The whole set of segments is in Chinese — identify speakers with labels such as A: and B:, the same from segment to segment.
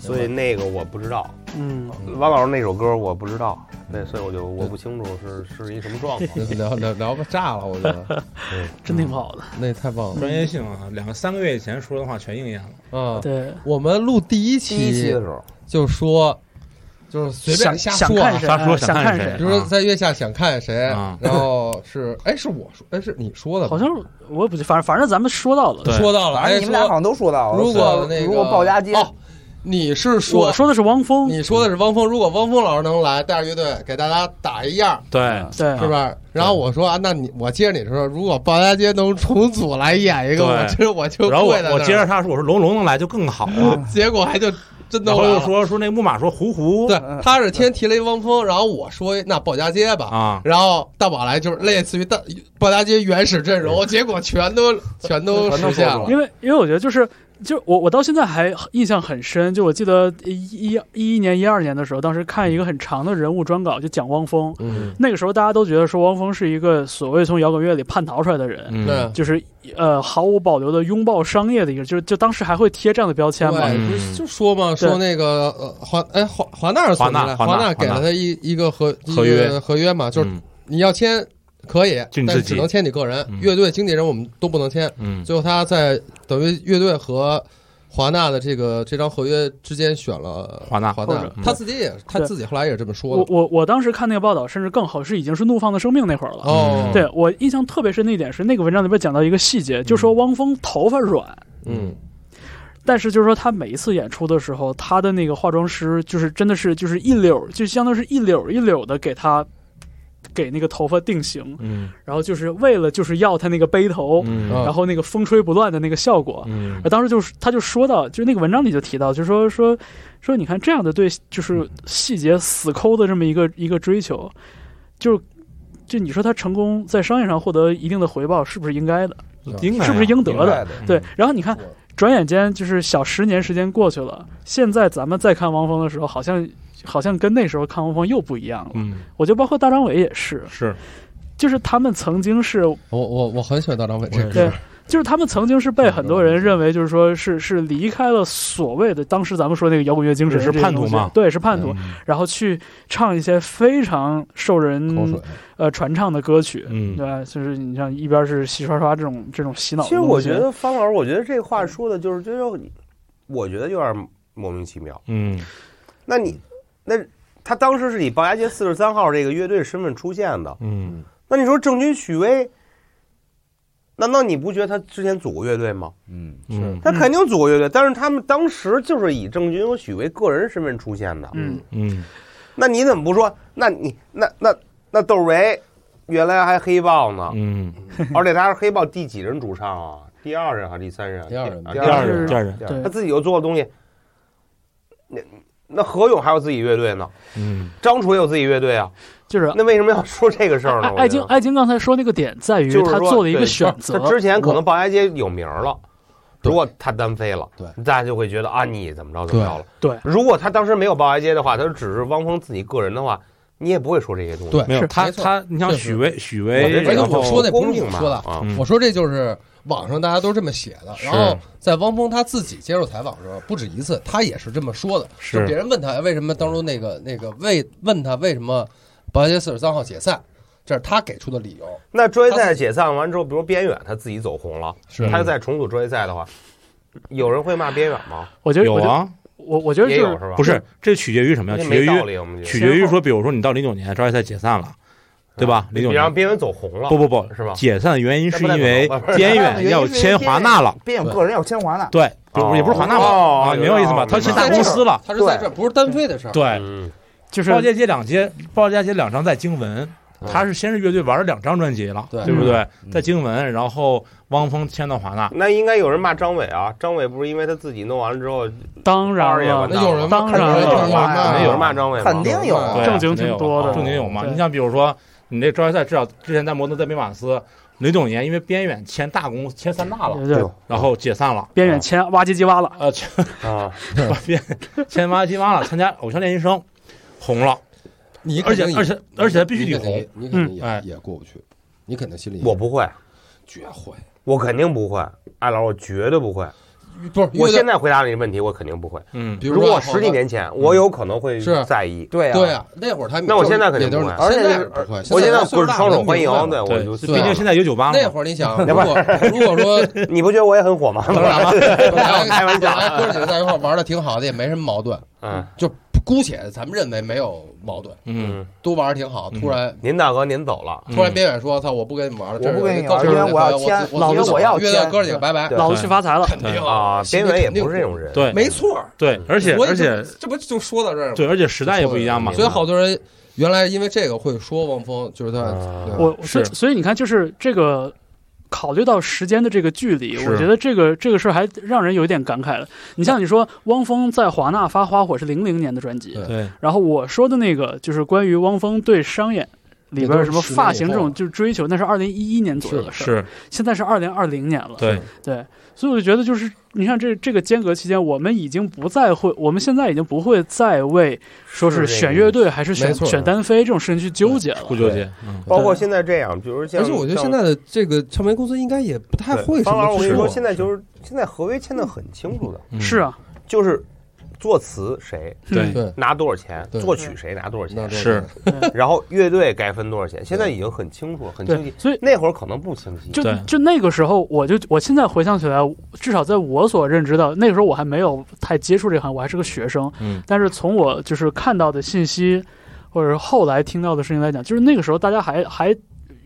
A: 所以那个我不知道，
B: 嗯，
C: 哦
A: 王老师那首歌我不知道，对，所以我就我不清楚是是一什么状况。
C: 聊聊聊吧，炸了，我觉得
B: 真
C: 嗯
B: 挺好的。
C: 那太 棒了
D: 专业性啊，两个三个月以前说的话全应验了。
C: 啊！
B: 对，
C: 我们录第一
A: 第一期的
C: 期
A: 时候，
C: 就说，就是随
B: 想
C: 便瞎
B: 想
C: 说
B: 看
C: 啊，
B: 谁，
D: 瞎说
B: 哎
D: 想
B: 想
D: 看谁
B: 谁，
C: 就是说在月下想看谁，
D: 啊
C: 然后是哎是我说哎是你说的吧，
B: 好像是我也不记，反正反正咱们说到了。
D: 对
C: 说到了，
A: 反正
C: 哎
A: 你们俩好
C: 说
A: 像都说到了。
C: 如果那个
A: 如果鲍家街，
C: 哦，你是
B: 我
C: 说
B: 说的是汪峰，
C: 你说的是汪峰，如果汪峰老师能来，带着乐队给大家打一样，
D: 对，
B: 对
C: 是？吧？然后我说啊，那你我接着你说，如果鲍家街能重组来演一个，
D: 对
C: 我其实我就
D: 然后我
C: 跪在
D: 我
C: 那儿
D: 接着他说，我说龙龙能来就更好了。
C: 结果还就真
D: 然
C: 都
D: 后
C: 来
D: 又
C: 了。
D: 说嗯说那木马说胡胡
C: 对，他是先提了一汪峰，然后我说那鲍家街吧，
D: 啊，
C: 然后大宝来就是类似于大鲍家街原始阵容，结果全 都全都实现了。
B: 因为因为我觉得就是就我我到现在还印象很深，就我记得一一一一年一二年的时候，当时看一个很长的人物专稿，就讲汪峰。
C: 嗯，
B: 那个时候大家都觉得说汪峰是一个所谓从摇滚乐里叛逃出来的人，
D: 嗯
C: 对，
B: 就是呃毫无保留的拥抱商业的一个，就是就当时还会贴这样的标签嘛。
C: 对，
D: 嗯
C: 不是就说嘛，说那个呃华哎华华纳是
D: 华纳
C: 华
D: 华纳
C: 给了他一一个合
D: 合约
C: 一个合约嘛，就是
D: 嗯
C: 你要签可以，
D: 就你
C: 但是
D: 自
C: 只
D: 己
C: 能签你个人
D: 嗯，
C: 乐队经纪人我们都不能签。
D: 嗯，
C: 最后他在等于乐队和华纳的这个这张合约之间选了
D: 华纳
C: 华
B: 或
C: 纳嗯
B: 者，嗯
C: 他自己也他自己后来也这么说
B: 我
C: 的。
B: 我我当时看那个报道，甚至更好是已经是《怒放的生命》那会儿了。
C: 哦，
B: 对我印象特别深的一点是，那个文章里边讲到一个细节，就说汪峰头发软，
C: 嗯，
B: 但是就是说他每一次演出的时候，他的那个化妆师就是真的是就是一绺儿，就相当是一绺儿一绺儿的给他给那个头发定型，
D: 嗯
B: 然后就是为了就是要他那个背头，
D: 嗯
C: 啊
B: 然后那个风吹不乱的那个效果。
D: 嗯
B: 而当时就是他就说到，就是那个文章里就提到，就说说说你看这样的对就是细节死抠的这么一个一个追求，就就你说他成功在商业上获得一定的回报，是不是应该的？
D: 应该
B: 是不是应得
A: 应该
B: 的？
A: 的
B: 对，
D: 嗯
B: 然后你看
C: 我，
B: 转眼间就是小十年时间过去了，现在咱们再看汪峰的时候，好像好像跟那时候看汪峰又不一样了。
D: 嗯
B: 我觉得包括大张伟也是，
D: 是
B: 就是他们曾经是
C: 我我我很喜欢大张伟这
D: 我也
C: 个
B: 对，就是他们曾经是被很多人认为就是说是是离开了所谓的当时咱们说那个摇滚乐精神
D: 是
B: 这些
D: 叛徒
B: 东西
D: 嘛
B: 对，是叛徒，
D: 嗯
B: 然后去唱一些非常受
C: 口水
B: 人，呃传唱的歌曲。
D: 嗯
B: 对吧？就是你像一边是洗刷刷这种这种洗脑的
A: 其实
B: 东西，
A: 我觉得方老师，我觉得这话说的就是，就是我觉得有点莫名其妙。
D: 嗯
A: 那你，那他当时是以鲍家街四十三号这个乐队身份出现的，
D: 嗯
A: 那你说郑钧、许巍，难道你不觉得他之前组过乐队吗？
E: 嗯，
D: 嗯
A: 他肯定组过乐队，但是他们当时就是以郑钧和许巍个人身份出现的。
B: 嗯，
D: 嗯
A: 那你怎么不说？那你那那那窦唯原来还黑豹呢，
D: 嗯，
A: 而且他是黑豹第几人主唱啊？第二任还是第三任啊？
C: 第二任吧
A: 第
D: 第二
A: 二
D: 人
A: 任
D: 第二人，
A: 第二
B: 对
A: 任，他自己又做的东西。那那何勇还有自己乐队呢，
D: 嗯
A: 张楚也有自己乐队啊，
B: 就是
A: 那为什么要说这个事儿呢？
B: 艾
A: 我
B: 艾
A: 觉
B: 晶
A: 得
B: 艾晶刚才说那个点在于
A: 就是
B: 他
A: 说
B: 做了一个
A: 对
B: 选择，
A: 他之前可能
D: 嗯
A: 鲍家街有名儿了，
C: 对
A: 如果他单飞了，
C: 对，
A: 大家就会觉得啊，你怎么着怎么着了。
B: 对
A: 如果他当时没有鲍家街的话，他只是汪峰自己个人的话，你也不会说这些东西。
C: 对，
D: 没有
B: 是
D: 他
C: 没错
D: 他，你像
C: 确实
D: 许巍许
A: 我觉得
D: 巍，
A: 这
C: 而且
D: 然
A: 个
D: 后
C: 我哎说那不
A: 公
C: 是
A: 平
C: 我
A: 嘛
C: 说的
A: 啊，
D: 嗯
C: 我说这就是网上大家都这么写的，
D: 是
C: 然后在汪峰他自己接受采访的时候，不止一次，他也是这么说的。
D: 是
C: 就别人问他哎为什么当初那个那个为问他为什么保家街四十三号解散，这是他给出的理由。
A: 那专业赛解散完之后，比如边远他自己走红了，
C: 是
A: 他再重组专业赛的话，有人会骂边远吗？
B: 我觉得
D: 有
B: 我觉得
D: 啊，
B: 我我觉得
A: 也
B: 就
A: 有
B: 是
A: 是吧？
D: 不是这取决于什么呀？
A: 这
D: 取决
A: 没
D: 于
A: 道理，我们觉
D: 取
A: 得，
D: 决于说，比如说你到零九年专业赛解散了，对吧？零九
A: 你让
D: 年
A: 边远走红了，
D: 不不不
A: 是吧
D: 解散的原因
A: 那
D: 是
A: 不太
D: 因为
A: 可能吧
D: 边远要签华纳了，
E: 边远个人要签华纳，
D: 对，比如也不是华纳嘛，
A: 哦
D: 啊，你明白我意思
A: 明
D: 吗？
A: 白
D: 他去大公司了，
C: 他是在这儿不是单飞的事儿。
D: 对。
A: 嗯，
B: 就是
D: 鲍家街两街，鲍家街两张在经文，
A: 嗯
D: 他是先是乐队玩了两张专辑了，
C: 对
D: 不对？
E: 嗯
D: 在经文，然后汪峰签到华纳，
A: 那应该有人骂张伟啊，张伟不是因为他自己弄完了之后，
B: 当
A: 二
B: 然
A: 也
B: 了
A: 完，
C: 那有人
B: 当然
C: 肯定有人
E: 了
A: 肯
C: 骂啊
A: 定有
C: 呀
A: 人骂张伟吗？
E: 肯定有啊，
D: 对
B: 正经挺多的
D: 正经有嘛？
B: 对
D: 你像比如说你这专业赛，至少之前在摩登在北马斯，零九年因为边远签大公司签三大了，
B: 对对
A: 对
D: 然后解散了，
B: 边远签挖唧唧挖了，
D: 呃签
A: 啊，
D: 边签完金妈了，参加偶像练习生，红了，
C: 你
D: 而
C: 肯
D: 且
C: 定
D: 而且而且他必须
C: 你
D: 得
C: 肯定
D: 红，
C: 你肯定
D: 嗯
C: 也也过不去，你肯定心里
A: 我不会，
C: 绝会。
A: 我肯定不会，艾老师我绝对不会，
C: 不是
A: 我
C: 乐队
A: 现在回答你这问题，我肯定不会。
D: 嗯
C: 比如
A: 如
C: 说
A: 果
C: 好
A: 十几
C: 吧
A: 年前，我有可能会
C: 是
A: 在意。
E: 对啊，
C: 对啊，那会儿他
A: 那我现在肯定
C: 也都是
A: 不会而且
C: 现在是不会，
A: 我现在
C: 岁
A: 不
C: 数
A: 是
C: 大
A: 双
C: 了
A: 手欢迎，
C: 你明白
A: 对，
C: 了
A: 我就
D: 毕竟现在有酒吧嘛，
C: 那会儿你想，如
A: 要不
C: 果如果说
A: 你不觉得我也很火吗？嗯
C: 当然 了，本来
A: 开玩笑
C: 本来哥几个在一块儿玩的挺好的，也没什么矛盾，
A: 嗯
C: 姑且咱们认为没有矛盾，
D: 嗯，
A: 嗯，
C: 都玩的挺好。突然
A: 您大哥您走了，
D: 嗯
C: 突然边远说：“操，我不跟你们玩了，这
E: 我不跟你玩
C: 这
E: 因为我要签
C: 我
B: 因为
E: 我要
C: 约
E: 签
C: 的哥
A: 嗯
C: 几个拜拜。
E: 对
B: 老子去发财了，
C: 肯定
A: 啊，边缘也不是这种人，，
D: 对，
C: 没错儿，
D: 对，而且
C: 所以
D: 而且
C: 这这不就说到这儿吗？
D: 对，而且时代也不一样嘛
A: 对，
C: 所以好多人原来因为这个会说汪峰，就是他
A: 啊
C: 对
B: 我所以
D: 是
B: 所以你看，就是这个考虑到时间的这个距离，
D: 是
B: 我觉得这个这个事儿还让人有一点感慨了。你像你说汪峰在华纳发花火是零零年的专辑
C: 对，
D: 对，
B: 然后我说的那个就是关于汪峰对商演。里边儿什么发型这种就是追求，那是二零一一年左右的事儿，
D: 是，
B: 现在是二零二零年了。
D: 对，
B: 对，所以我就觉得就是，你看这这个间隔期间，我们已经不再会，我们现在已经不会再为说是
A: 这个
B: 选乐队还是选
C: 没错
B: 选单飞这种事情去纠结了
D: 不。纠结，嗯，
A: 包括现在这样，比如像，
F: 而且我觉得现在的这个唱片公司应该也不太
A: 像
F: 会什
A: 方
F: 么
A: 老师，我跟你
F: 是
A: 说，
F: 我
A: 现在就是现在合约签的很清楚的，
D: 嗯
B: 是，啊，
A: 就是作词谁
D: 对
B: 嗯
C: 对
A: 拿多少钱，
C: 对
A: 作曲谁拿多少钱，
C: 那这
D: 是
A: 然后乐队该分多少钱，现在已经很清楚了，很清
B: 对
A: 晰，。
B: 所以
A: 那会儿可能不清晰，
B: 就
D: 对
B: 就那个时候，我就我现在回想起来，至少在我所认知的那个时候，我还没有太接触这行，我还是个学生。
D: 嗯，
B: 但是从我就是看到的信息，或者是后来听到的事情来讲，就是那个时候大家还还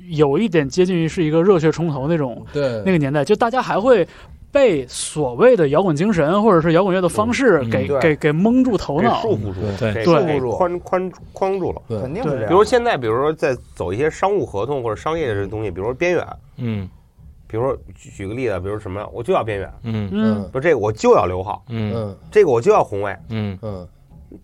B: 有一点接近于是一个热血冲头那种
C: 对
B: 那个年代，就大家还会被所谓的摇滚精神或者是摇滚乐的方式
D: 嗯
B: 给、
A: 对
B: 给给蒙住头
A: 给
B: 脑。
A: 束缚住了，
D: 对
A: 给
B: 对
A: 给
E: 束缚住
A: 框框框住了。
C: 对
E: 肯定是这样。
A: 比如现在，比如说在走一些商务合同或者商业的东西，比如说边缘，
D: 嗯
A: 比如说举举个例子，比如什么，我就要边缘，
D: 嗯
B: 嗯，
A: 不是这个我就要刘浩，
D: 嗯
C: 嗯
A: 这个我就要红卫，
D: 嗯，
C: 嗯，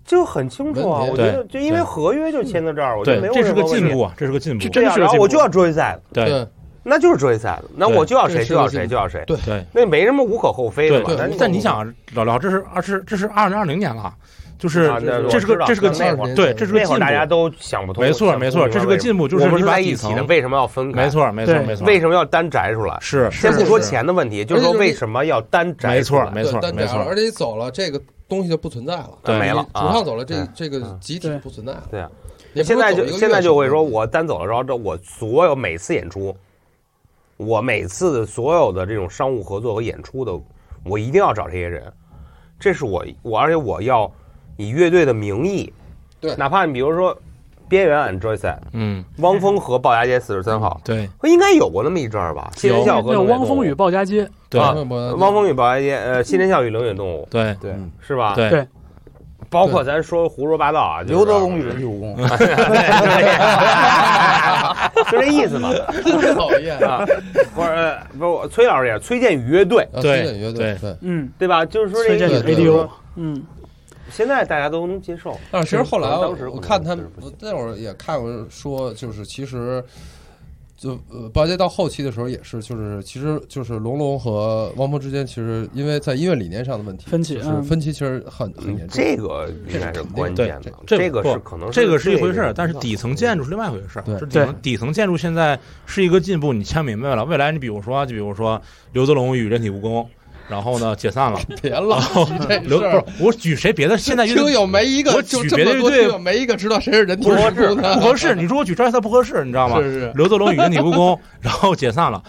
A: 就很清楚啊。
C: 没
A: 我
C: 问
D: 题
A: 觉得就因为
D: 对
A: 合约就签到这儿，我就
D: 对
A: 没，有
D: 这是
A: 任何
D: 个
A: 问
D: 进
A: 题。
D: 步，啊，这是个进步，
B: 这
A: 对
B: 真
A: 啊，
B: 是个
A: 然后
B: 进
A: 我
B: 步
A: 就要追赛了，
D: 对
A: 那就是追赛了，那
D: 对
A: 我就要
C: 这
A: 谁
C: 是
A: 就要
C: 个进
A: 谁
C: 步
A: 就要谁，
C: 对
D: 对
A: 那没什么无可厚非的嘛。
C: 对
A: 那
D: 对，但你想，啊，老老这是二是这是二零二零年了，就是
A: 啊那
D: 这是
A: 我知
D: 个
A: 道
D: 这是个
A: 那
D: 进
C: 会儿
D: 对，这是个
A: 那会
D: 进
A: 儿大家
D: 步，
A: 都想不通，
D: 没错
A: 想不
D: 没
A: 明
D: 错，
A: 白
D: 这是
A: 为
D: 个
A: 什么
D: 进步，就是
A: 我们是
D: 一
A: 在
D: 把
A: 一
D: 底
A: 起
D: 层
A: 的，，为什么要分开？
D: 没，错没错
B: 对
D: 没错，
A: 为什么要单摘出来？
D: 是哎
A: 先不说
C: 是
A: 钱的问题，就说为什么要单摘
D: 没
A: 出来？
D: 错没错
C: 单
D: 没
C: 摘了，
D: 错
C: 而，且你走了，这个东西就不存在了。
D: 对
A: 没了
C: 主
A: 啊
C: 唱走了，这
A: 对
C: 这个
A: 嗯
C: 集体
B: 对
C: 不存在了。
A: 对啊
C: 也不是
A: 现在
C: 走
A: 就
C: 一个乐啊
A: 现在就会
C: 手
A: 说，我单走了，然后这我所有每次演出，我每次的所有的这种商务合作和演出的，我一定要找这些人，这是我我而且我要以乐队的名义，
C: 对
A: 哪怕你比如说边缘 and Joyce，
D: 嗯，
A: 汪峰和鲍家街四十三号，
D: 对
A: 应该有过那么一阵儿吧？新人
D: 有
A: 笑
B: 那
A: 和冷血
B: 汪
A: 动物
B: 峰与鲍家街，
D: 对
A: 啊汪
C: 汪
A: 峰与鲍家街，呃，新人笑与冷血动物，
D: 对
E: 对
A: 是吧？
D: 对
B: 对
A: 包括咱说胡说八道啊，就是
E: 刘德荣与人体蜈 蚣，
A: 就这意思嘛。
C: 讨厌啊！
A: 啊，或者呃不是我崔老师也崔健与乐队，
D: 对
C: 对
D: 对
C: 对。
B: 嗯，
A: 对吧？就是说这
B: 崔健与
A: 个
C: 对对
B: ADO，嗯，
A: 现在大家都能接受。
C: 但是其实后来啊
A: 当时
C: 我看他们
A: 不行
C: 我那会儿也看过说，就是其实就呃，包杰到后期的时候也是，就是其实就是龙龙和汪峰之间，其实因为在音乐理念上的问题
B: 分歧
C: 就是
B: 嗯
C: 分歧其实很
D: 嗯
C: 很严
A: 嗯
C: 重。
A: 这个应该是关键的，
D: 这
A: 这
D: 是
A: 个
D: 肯定的对
A: 是可能
D: 这个是一
A: 最嗯
D: 回事儿，但是底层建筑是另外一回事儿。
C: 对
D: 就是底层底层建筑现在是一个进步，你签明白了，未来你比如说，就比如说刘德龙与人体蜈蚣，然后呢解散了，
C: 别唠这
D: 刘
C: 事
D: 不
C: 儿
D: 是，我举谁别的？现在乐
C: 听
D: 队
C: 友没一
D: 我
C: 个，
D: 举
C: 就这
D: 别的
C: 么多
D: 乐队
C: 听友没一个知道谁是人体
D: 不
C: 蜈
D: 是
C: 蚣
D: 不
C: 的，
D: 合适，你说我举张一他不合适，你知道吗？
C: 是是
D: 刘德龙与人体蜈蚣，然后解散了，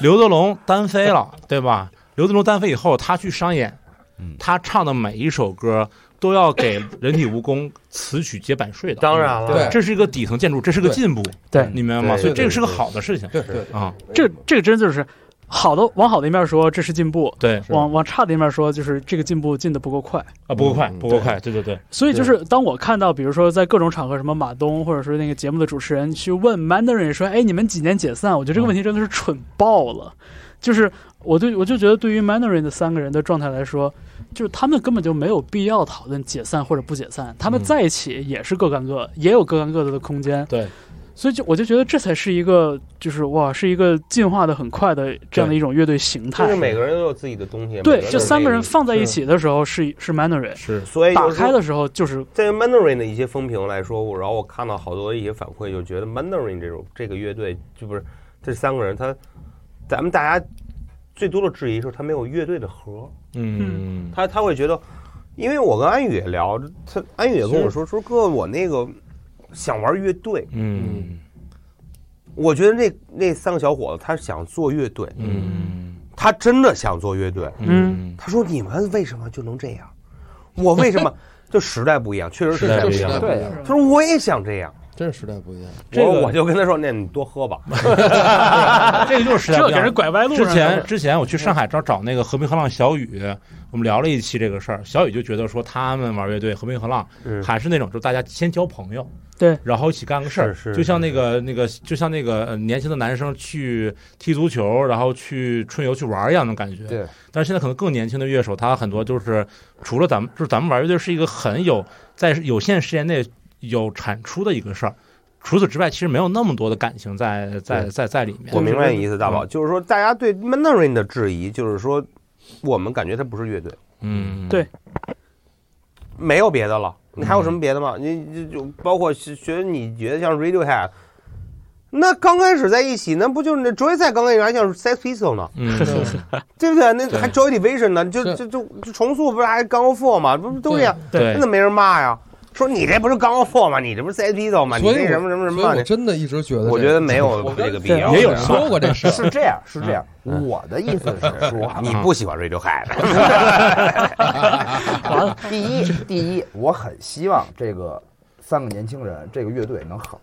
D: 刘德龙单飞了，对吧？刘德龙单飞以后，他去商演，
A: 嗯
D: 他唱的每一首歌都要给人体蜈蚣词曲接版税的。
A: 当然了，
C: 对
D: 这是一个底层建筑，这是个
C: 对
D: 进步，
B: 对
D: 你明白吗？
A: 对
D: 所以这
A: 对
D: 个是个
A: 对
D: 好的事情
C: 对对，
D: 啊，
B: 这这个真就是好的往好的一面说，这是进步；
D: 对
C: 是
B: 往往差的一面说，就是这个进步进的不够快。
D: 啊，不够快，
C: 嗯
D: 不够快，对对对，
B: 所以就是当我看到，比如说在各种场合，什么马东或者说那个节目的主持人去问 Mandarin 说：“哎，你们几年解散？”我觉得这
D: 嗯
B: 个问题真的是蠢爆了。就是我对我就觉得，对于 Mandarin 的三个人的状态来说，就是他们根本就没有必要讨论解散或者不解散，他们
D: 嗯
B: 在一起也是各干各，也有各干各的空间。
D: 对，
B: 所以就我就觉得这才是一个，就是哇，是一个进化的很快的这样的一种乐队形态
A: 就。是每个人都有自己的东西。每
B: 对
A: 个，人
B: 这
A: 都有
B: 三个
A: 魅
B: 人
A: 力，
B: 放在一起的时候是是 Mandarin，
D: 是
A: 所以
B: 打
A: 就是
B: 开
A: 说，
B: 的时候就是
A: 在 Mandarin 的一些风评来说，我然后我看到好多一些反馈，就觉得 Mandarin 这种这个乐队就不是这三个人，他咱们大家最多的质疑是他没有乐队的核，
D: 嗯，
A: 他他会觉得，因为我跟安宇也聊，他安宇也跟我说说哥，我那个想玩乐队，
D: 嗯
A: 我觉得那那三个小伙子他想做乐队，
D: 嗯
A: 他真的想做乐队，
B: 嗯，
A: 他说你们为什么就能这样？我为 什么？就时代不一样，确实是
D: 时代
A: 这
D: 不
A: 样
D: 一样
C: 时代不一
E: 啊
C: 样，
A: 他说我也想这样，
C: 真是时代不一样。
D: 这个
A: 我我就跟他说，那你多喝吧。
D: 这个就是时代
B: 这
D: 不一
B: 给人
D: 样。
B: 拐歪路
D: 之
B: 上了
D: 前之前我去上海找找那个和平河浪小雨，我们聊了一期这个事儿，小雨就觉得说他们玩乐队和平河浪
A: 嗯
D: 还是那种就是大家先交朋友，
B: 对，
D: 然后一起干个事儿，
A: 是是
D: 就像那个那个就像那个呃年轻的男生去踢足球，然后去春游去玩一样的感觉。
A: 对，
D: 但是现在可能更年轻的乐手，他很多就是除了咱们就是咱们玩乐队是一个很有在有限时间内有产出的一个事儿。除此之外，其实没有那么多的感情在在
A: 对
D: 在在里面。
A: 我明白你意思，大宝，就是说大家对 m a n a r i n 的质疑，就是说我们感觉他不是乐队，
D: 嗯，
B: 对
A: 没有别的了，你还有什么别的吗？你你就包括是觉得你觉得像 Radiohead，那刚开始在一起，那不就是那 Joy 赛刚开始还像 Sex Pistols 呢，
D: 嗯，
A: 对不对？那
D: 对
A: 还 Joy Division 呢，就是就就就重塑不是还 Gang of Four 吗？不不都这样？
D: 对
A: 那怎么没人骂呀？说你这不是 Gang of Four 吗？你这不是 Sex Pistols 吗？你
C: 所以
A: 这什
C: 我
A: 么什么什么
C: 所
A: 吗？
C: 以我
A: 你
C: 真的一直觉得这个，
A: 我觉得没有
C: 我
A: 这
C: 跟
A: 个必要。
D: 也有人
C: 说过这事儿，
A: 是这样，是这 样。我的意思是
E: 啊
A: 说，嗯 你不喜欢 Radiohead，
B: 完了，
E: 第一，第一，我很希望这个三个年轻人这个乐队能好，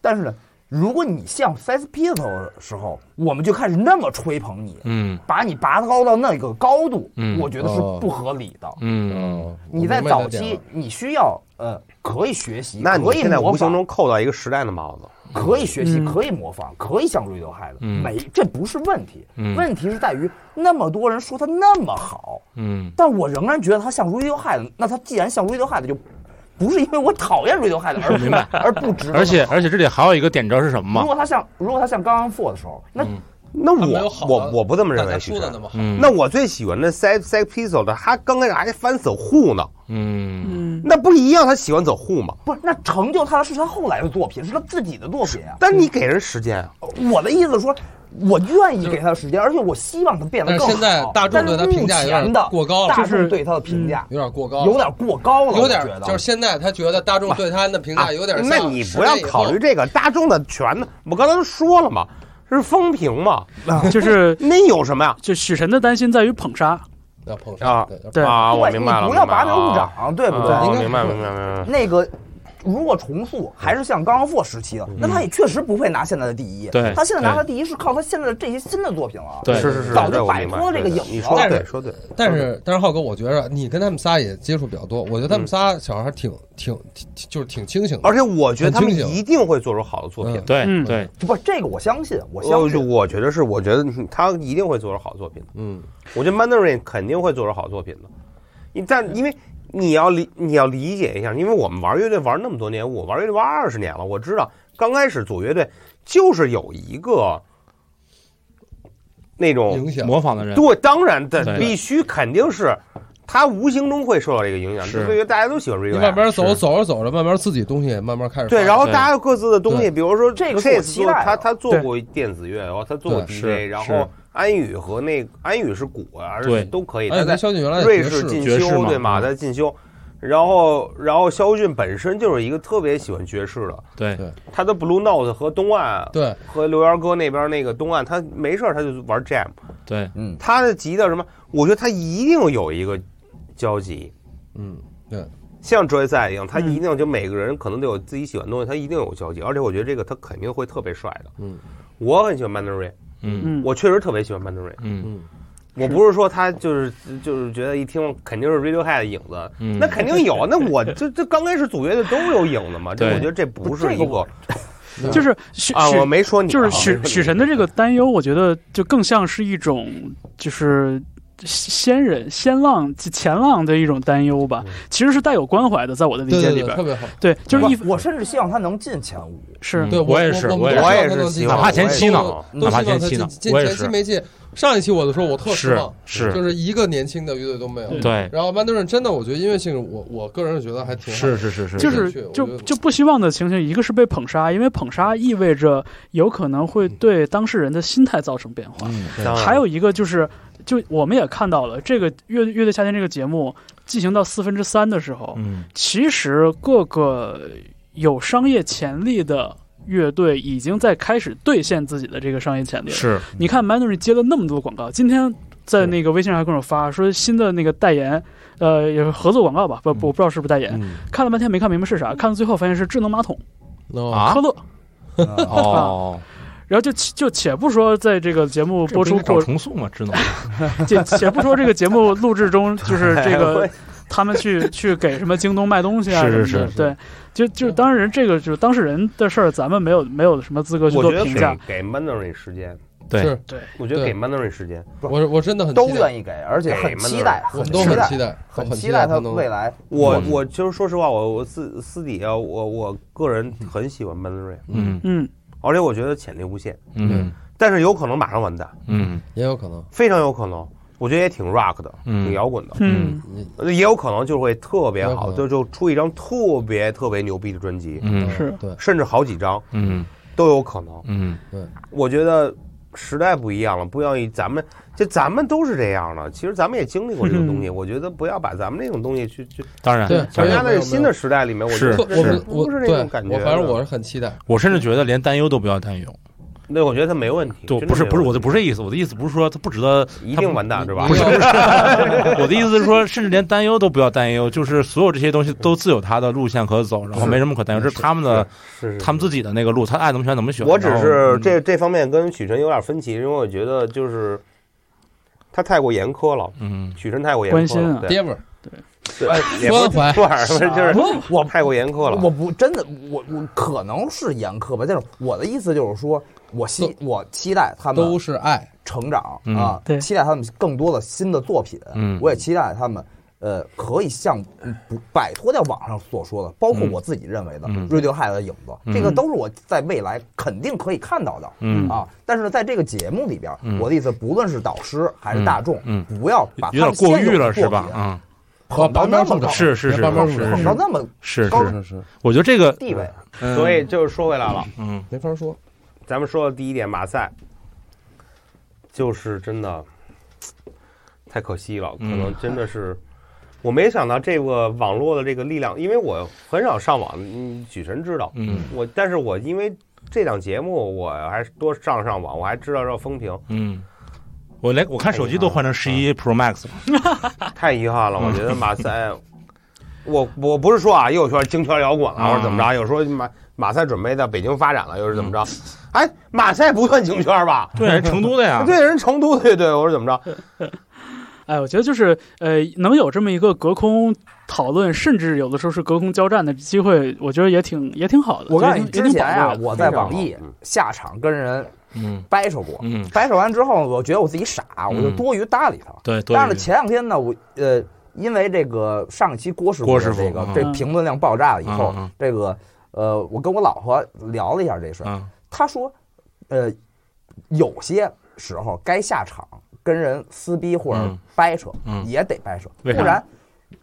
E: 但是呢，如果你像 Sex p i s t o l 的时候，我们就开始那么吹捧你，
D: 嗯
E: 把你拔高到那个高度，
D: 嗯
E: 我觉得是
C: 哦
E: 不合理的。
D: 嗯
C: 嗯，
E: 你在
C: 我明白
E: 早
C: 这点
E: 期
C: 了，
E: 你需要呃，可以学习，
A: 那你
E: 可以
A: 现在
E: 模
A: 无形
E: 仿，
A: 中扣到一个时代的帽子。
E: 可以学习，
B: 嗯
E: 可以模仿，可以像 Radiohead，
D: 嗯
E: 没这不是问题
D: 嗯，
E: 问题是在于那么多人说他那么好，
D: 嗯
E: 但我仍然觉得他像 Radiohead，那他既然像 Radiohead，就不是因为我讨厌 Radiohead 而
D: 明白
E: 而不值得。
D: 而且，而且这里还有一个点，你知道是什么吗？
E: 如果他像如果他像刚刚 Four 的时候，那
D: 嗯
A: 那
C: 他没有
A: 我
C: 好
A: 我我不这么认
C: 大
A: 为，
C: 家
A: 许
C: 说的
A: 晨
C: 那么好，
D: 嗯，
A: 那我最喜欢的 Sex Sex Pistols 的，他刚开始还翻走户呢，
D: 嗯
B: 嗯，
A: 那不一样，他喜欢走户嘛。
E: 不是那成就他的是他后来的作品，是他自己的作品啊。
C: 嗯
A: 但你给人时间啊，
E: 我的意思是说，我愿意给他的时间，而且我希望他变得
C: 但是
E: 更好。
C: 现在大众对他
E: 但是
C: 评价有点
E: 目前的
C: 过高了嗯
E: 大
B: 就是
E: 众对他的评价
C: 有点过高，
E: 有点过高了，
C: 有
E: 我觉
C: 点，
E: 得
C: 就是现在他觉得大众对他的评价有点像
A: 啊那你
C: 十
A: 不要
C: 年以后
A: 考虑这个大众的权呢，我刚才都说了嘛，是风评嘛，
B: 就是
A: 那有什么呀？
B: 就许晨的担心在于捧杀，
C: 要碰
A: 啊
C: 上对要碰
B: 对
A: 啊，我
E: 对
A: 明
E: 你
A: 白了，
E: 不要
A: 明白
E: 拔
A: 了
E: 苗助长，对不
A: 啊
E: 对？
A: 我
C: 应该
A: 明白
C: 是
A: 明白明 白。
E: 那个如果重塑还是像刚刚复时期的，那他也确实不配拿现在的第一。
D: 对
E: 他现在拿他第一是靠他现在的这些新的作品了。
D: 对
A: 是是是，
E: 早就
A: 对我
E: 摆
A: 明白
E: 脱这个
A: 对对
E: 影
A: 你
E: 子
A: 说
C: 了
A: 对，说对，
C: 但是，但是浩哥，我觉着你跟他们仨也接触比较多，我觉得他们仨小孩挺挺挺，就是挺清醒的。
A: 嗯而且我觉得他们
C: 很清醒
A: 一定会做出好的作品
C: 嗯。
D: 对
B: 嗯
D: 对，
E: 不，这个我相信，我
C: 呃
A: 我
E: 相
A: 就
E: 信。
A: 呃我觉得是，我觉得他一定会做出好作品的。
C: 嗯，
A: 我觉得 Mandarin 肯定会做出好作品的。你但因为你要理你要理解一下，因为我们玩乐队玩那么多年，我玩乐队玩二十年了，我知道刚开始组乐队就是有一个那种
C: 影响
D: 模仿的人，
A: 对，当然的
D: 对
A: 必须肯定是他无形中会受到这个影响，
D: 是
A: 所以大家都喜欢
C: 你慢
A: Radiohead。
C: 慢走，
D: 是
C: 走着走着，慢慢自己东西也慢慢开始发
A: 对，
C: 展。
A: 然后
D: 对
A: 大家有各自的东西，
C: 对
A: 比如说
E: 这个是我
A: Chase
E: 期
A: 做
E: 待的
A: 他他做
B: 对
A: 过电子乐，然哦后他做过
D: 对是
A: DJ，然
D: 是
A: 后安宇和那个安宇是鼓啊，而
D: 对
A: 且都可以。
C: 哎，
A: 他在
C: 跟萧敬原来
A: 瑞
C: 也
A: 士进
D: 爵士
A: 修
D: 嘛
A: 对吗？
D: 嗯
A: 在进修，然后然后肖俊本身就是一个特别喜欢爵士的，
D: 对
C: 对
A: 他的 Blue Note 和东岸
C: 对，
A: 和刘源哥那边那个东岸，他没事儿他就玩 Jam，
D: 对，
E: 嗯，
A: 他的吉他什么，我觉得他一定有一个交集，
C: 嗯，对，
A: 像 Joy 赛一样，他
B: 嗯
A: 一定就每个人可能都有自己喜欢的东西，他一定有交集，而且我觉得这个他肯定会特别帅的。
C: 嗯，
A: 我很喜欢 Mandarin，
D: 嗯
B: 嗯，
A: 我确实特别喜欢 Mandarin，
D: 嗯
C: 嗯，
A: 我不是说他就是就是觉得一听肯定是 Radiohead 的影子，
D: 嗯，
A: 那肯定有 啊。那我这这刚开始组乐队都有影子嘛，这
D: 对
A: 我觉得这不是一
E: 这个
A: 个
B: 就是许
A: 啊，
B: 许
A: 我没说你啊，
B: 就是
A: 我没说
B: 许
A: 你
B: 许晨的这个担忧，我觉得就更像是一种就是先人、先浪、前浪的一种担忧吧
A: 嗯，
B: 其实是带有关怀的，在我的理
C: 对
B: 解
C: 对
B: 里
C: 对，
B: 边
C: 特，别好。
B: 对，就是一
E: 我我甚至希望他能进前五，
B: 是
D: 嗯
C: 对
D: 我也
C: 也
D: 是
C: 我
D: 我也
A: 是
C: 也
A: 我也是希望
D: 哪怕前期呢
A: 我也，
D: 哪怕前期呢
C: 呢，，进
D: 我也
C: 前期
D: 是
C: 没进。上一期我的时候我特失
D: 是
C: 望，
D: 是，
C: 就是一个年轻的乐队都没有。
D: 对，
C: 然后曼德尔真的，我觉得音乐性质，我我个人觉得还挺好
D: 是是是是，
B: 就
C: 对
B: 是
C: 对对我
B: 就
C: 觉得
B: 就不希望的情形，一个是被捧杀，因为捧杀意味着有可能会
D: 嗯
B: 对当事人的心态造成变化。
A: 当然
B: 还有一个就是，就我们也看到了，这个乐乐队夏天这个节目进行到四分之三的时候，
D: 嗯，
B: 其实各个有商业潜力的乐队已经在开始兑现自己的这个商业潜力了。
D: 是
B: 你看 Mandarin 接了那么多广告，今天在那个微信上还跟我发说新的那个代言，呃，也是合作广告吧，不，
D: 嗯
B: 不我不知道是不是代言，看了半天没看明白是啥，看到最后发现是智能马桶、
C: 嗯
D: 啊
B: 科乐。
E: 啊
D: 哦，
B: 然后就就且不说在这个节目播
D: 这不
B: 出
D: 应该找
B: 过，
D: 重塑嘛，只能
B: 且且不说这个节目录制中就是这个他们去去给什么京东卖东西啊什么
D: 是
B: 的，
D: 是是
B: 对，就就当然这个就是当事人的事儿，咱们没有没有什么资格去
A: 我
B: 做
A: 觉得
B: 评价
A: 给。给 Mandarin 时间，
D: 对，
C: 是，
B: 对，
A: 我觉得
C: 对
A: 给 Mandarin 时间。
C: 我我真的很
E: 都
C: 期待
E: 愿意给，而且很期待，
C: 我
E: 很
C: 们都
E: 期
C: 很
E: 待
C: 期，待，我
E: 很
C: 很
E: 期待
C: 他
E: 他
C: 能
E: 未来。
A: 我
D: 嗯
A: 我其实说实话，我我私私底下我我个人很喜欢 Mandarin，
D: 嗯
B: 嗯，
A: 而且我觉得潜力无限，
D: 嗯
A: 但是有可能马上完蛋，
D: 嗯
C: 也有可能，
A: 非常有可能。我觉得也挺 rock 的，
D: 嗯
A: 挺摇滚的，
B: 嗯，
C: 你
A: 呃也有可能就会特别
C: 有可
A: 好，
C: 能
A: 就就出一张特别特别牛逼的专辑，
D: 嗯
B: 是
C: 对，
A: 甚至好几张
D: 嗯
A: 都有可能。
D: 嗯
A: 我觉得时代不一样了，不要以咱们就咱们都是这样的。其实咱们也经历过这个东西，我觉得不要把咱们这种东西去去
D: 当然
C: 对，
A: 强
C: 没有
A: 加
C: 没
A: 在
C: 有
A: 新的时代里面。我觉
D: 是
A: 得
C: 特我们
A: 不
C: 我
A: 不是那
C: 对
A: 种感觉
C: 我
A: 的。
C: 反正我是很期待，
D: 我甚至觉得连担忧都不要担忧，
A: 那我觉得他没问题，
D: 就
A: 真的
D: 不是
A: 没
D: 不是我
A: 问
D: 的
A: 题
D: 不是这意思，我的意思不是说它不值得，
A: 一定完蛋是吧？
C: 不是
D: 我的意思是说，甚至连担忧都不要担忧，就是所有这些东西都自有它的路线可走，然后没什么可担忧，这是他们的
A: 是是
D: 他们自己的那个路，他爱怎么选怎么选。
A: 我只
D: 然后
A: 是这这方面跟许晨有点分歧，因为我觉得就是他太过严苛了，
D: 嗯
A: 许晨太过严
B: 关
A: 苛
B: 心
A: 了
B: 啊，
C: 爹味儿，
A: 对，
D: 哎
A: 对 也不是
C: 关怀
A: 不 是不是就是
E: 我
A: 太过严苛
E: 我
A: 了。
E: 不真的，我我可能是严苛吧，但是我的意思就是说，我希我期待他
C: 都
E: 们
C: 是爱，
E: 成长
D: 嗯
E: 啊
B: 对，
E: 期待他们更多的新的作品，
D: 嗯
E: 我也期待他们。呃，可以像嗯不摆脱掉网上所说的，包括
D: 嗯
E: 我自己认为的
D: 嗯
E: Radiohead 的影子，
D: 嗯
E: 这个都是我在未来肯定可以看到的。
D: 嗯
E: 啊，但是在这个节目里边，
D: 嗯
E: 我的意思，不论是导师还是大众，
D: 嗯
E: 不要把
D: 有点
E: 他们
D: 过
E: 现有
D: 誉了
E: 的作
D: 是
E: 品
D: 吧？嗯，
E: 捧到
C: 旁
E: 那
C: 边
E: 么
C: 树
E: 高
C: 长，，
D: 是是是
C: 旁边树
E: 捧
C: 长
E: 到那么
D: 是
E: 高
D: 是，
C: 是是，
D: 我觉得这个
E: 地位，
D: 嗯
A: 所以就是说回来了，
D: 嗯
C: 没法说，
A: 咱们说的第一点，马赛就是真的太可惜了，可
D: 嗯
A: 能真的是。我没想到这个网络的这个力量，因为我很少上网，嗯，许晨知道，
D: 嗯
A: 我但是我因为这档节目，我还是多上上网，我还知道这风评，
D: 嗯，哎我连我看手机都换成十一 Pro Max 了，
A: 太遗憾了。我觉得
D: 嗯
A: 马赛，我我不是说啊，又说京圈摇滚了，
D: 啊
A: 或者怎么着，又说马马赛准备在北京发展了，又是怎么着？
D: 嗯
A: 哎，马赛不算京圈吧？
D: 对，人成都的呀，
A: 对，人成都的乐队，我是怎么着？
B: 哎，我觉得就是呃，能有这么一个隔空讨论，甚至有的时候是隔空交战的机会，我觉得也挺也挺好的。
E: 我告诉
B: 也
E: 你，
B: 挺也
E: 之
B: 挺
E: 前
B: 宝
E: 呀、
B: 贵的
E: 我在网易
A: 嗯
E: 下场跟人
D: 嗯
E: 掰扯过，
D: 嗯，
E: 掰扯完之后，我觉得我自己傻，我就多余搭理他。
D: 对，多
E: 但是
D: 余
E: 前两天呢，我呃，因为这个上一期郭师
D: 郭
E: 傅
D: 师
E: 的
D: 傅
E: 这个
D: 嗯
E: 这评论量爆炸了以后
D: 嗯嗯，
E: 这个呃，我跟我老婆聊了一下这事儿，
D: 啊，
E: 她说，呃，有些时候该下场跟人撕逼或者
D: 嗯
E: 掰扯
D: 嗯
E: 也得掰扯，
D: 为啥
E: 不然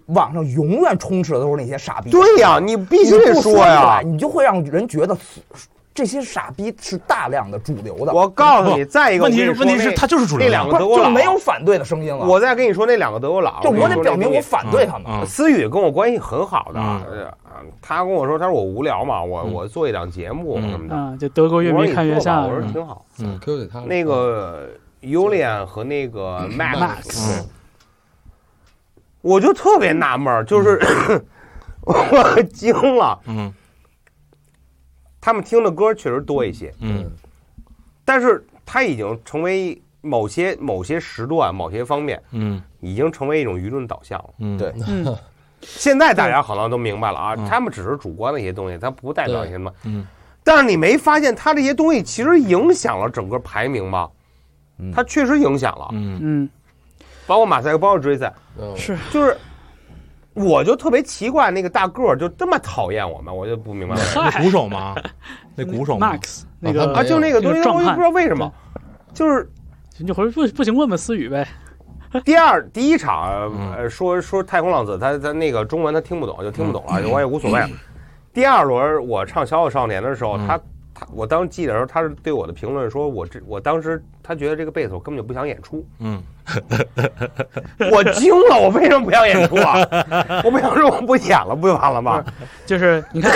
E: 网上永远充斥的都是那些傻逼。
A: 对呀，你必须
E: 你
A: 得
E: 不
A: 说
E: 出
A: 呀
E: 来！你就会让人觉得这些傻逼是大量的主流的，
A: 我告诉你，再一个，
D: 问题
A: 我
D: 是
A: 跟你说
D: 问题是
A: 那
D: 他就是主流
A: 那两
E: 不
A: 个
E: 是
A: 德国
E: 就
A: 佬
E: 没有。反对的声音了。
A: 我再跟你说那两个德国佬，
E: 就我
A: 跟
E: 得
A: 你说
E: 表明
A: 那
E: 我
A: 东西
E: 反对他们。
D: 啊
A: 思雨跟我关系很好的，
D: 嗯
A: 呃他跟我说，他说我无聊嘛，我
D: 嗯
A: 我做一档节目
D: 嗯
A: 什么的。
B: 啊，就德国
A: 我
B: 乐
A: 说
B: 迷
A: 你
B: 看月
A: 做吧
B: 下
A: 我
B: 是
A: 说
B: 吧
A: 挺好。
D: 嗯
C: Q 得他了
A: 那个 Julian 和那个 Max，
D: 嗯
A: 我就特别纳闷儿，就是 我惊了，
D: 嗯
A: 他们听的歌确实多一些，
D: 嗯
A: 但是他已经成为某些某些时段、某些方面
D: 嗯
A: 已经成为一种舆论导向了。
D: 嗯，
E: 对
B: 嗯，
A: 现在大家好像都明白了啊
D: 嗯，
A: 他们只是主观的一些东西，它不代表一些什么。
D: 嗯，
A: 但是你没发现它这些东西其实影响了整个排名吗？它确实影响了。
D: 嗯
B: 嗯，
A: 包括马赛克，包括追赛，
C: 嗯，
B: 是
A: 就是我就特别奇怪，那个大个儿就这么讨厌我们，我就不明白了。
D: 那鼓 手吗？那鼓手吗？
B: Max 那
C: 啊
B: 个
A: 啊，就那个东西，
B: 那个壮
A: 我
B: 汉
A: 也不知道为什么，就是
B: 你就回不不行问问思雨呗，
A: 第二第一场，
D: 嗯
A: 呃，说说太空浪子，他他那个中文他听不懂，就听不懂了，
D: 嗯
A: 我也无所谓。第二轮我唱《小小少年》的时候，
D: 嗯
A: 他他我当时记得时候，他是对我的评论说，我这我当时他觉得这个贝斯我根本就不想演出，
D: 嗯，
A: 我惊了，我为什么不想演出啊？我不想说我不演了，不就完了吗？
B: 就是 你看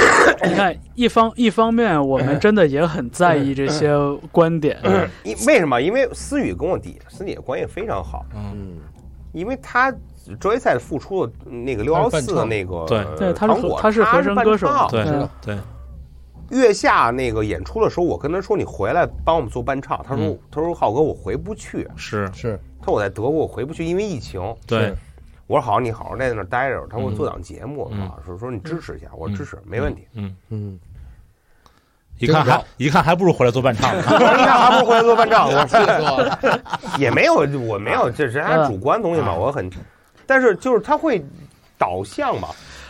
B: 你看一方一方面我们真的也很在意这些观点，
A: 因为什么？因为思雨跟我底私底下关系非常好，
C: 嗯，
A: 因为他周一赛付出的那个六幺四的那个
D: 对
B: 对他是
A: 糖果
B: 他是和声歌手
A: 他是伴唱
D: 对
B: 对
C: 知道
D: 对，
A: 月下那个演出的时候，我跟他说你回来帮我们做伴唱，他说、
D: 嗯
A: 他说浩哥我回不去，
D: 是，
C: 是，
A: 他说我在德国我回不去，因为疫情。
D: 对
C: 是，
A: 我说好，你好好在那儿待着，他给我
D: 嗯
A: 做档节目，
D: 嗯
A: 啊，说说你支持一下，我说支持，没问题。
D: 嗯，
C: 嗯，
D: 一看还一看还不如回来做伴唱呢。
A: 我说你看还不如回来做伴唱，我
C: 是吧？
A: 也没有，我没有，这是他主观东西嘛，
D: 啊嗯
A: 我很，但是就是他会导向嘛，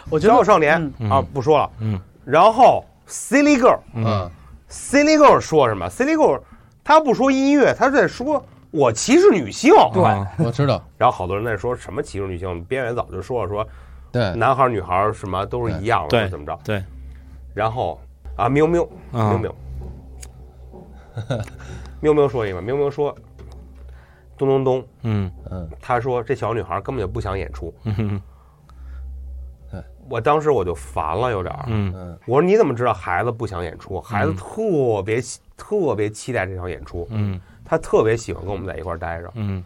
B: 我觉
A: 小小
B: 得
A: 少年、
D: 嗯
A: 啊不说了，
D: 嗯
A: 然后 Silly Girl。
D: 嗯，
A: Silly Girl 说什么？Silly Girl 他不说音乐，他在说我歧视女性。
D: 对，
C: 我知道，
A: 然后好多人在说什么歧视女性，边缘早就说了说
C: 对，
A: 男孩儿女孩儿什么都是一样
D: 对
A: 的，怎么着？
D: 对，
A: 然后啊，喵喵喵
D: 嗯
A: 喵，喵喵说一个，喵喵说咚咚咚，
D: 嗯
C: 嗯，
A: 他说这小女孩根本就不想演出。
D: 嗯嗯
A: 我当时我就烦了，有点儿。
D: 嗯
C: 嗯，
A: 我说你怎么知道孩子不想演出？孩子特别喜特别期待这场演出，
D: 嗯
A: 他特别喜欢跟我们在一块儿待着。
D: 嗯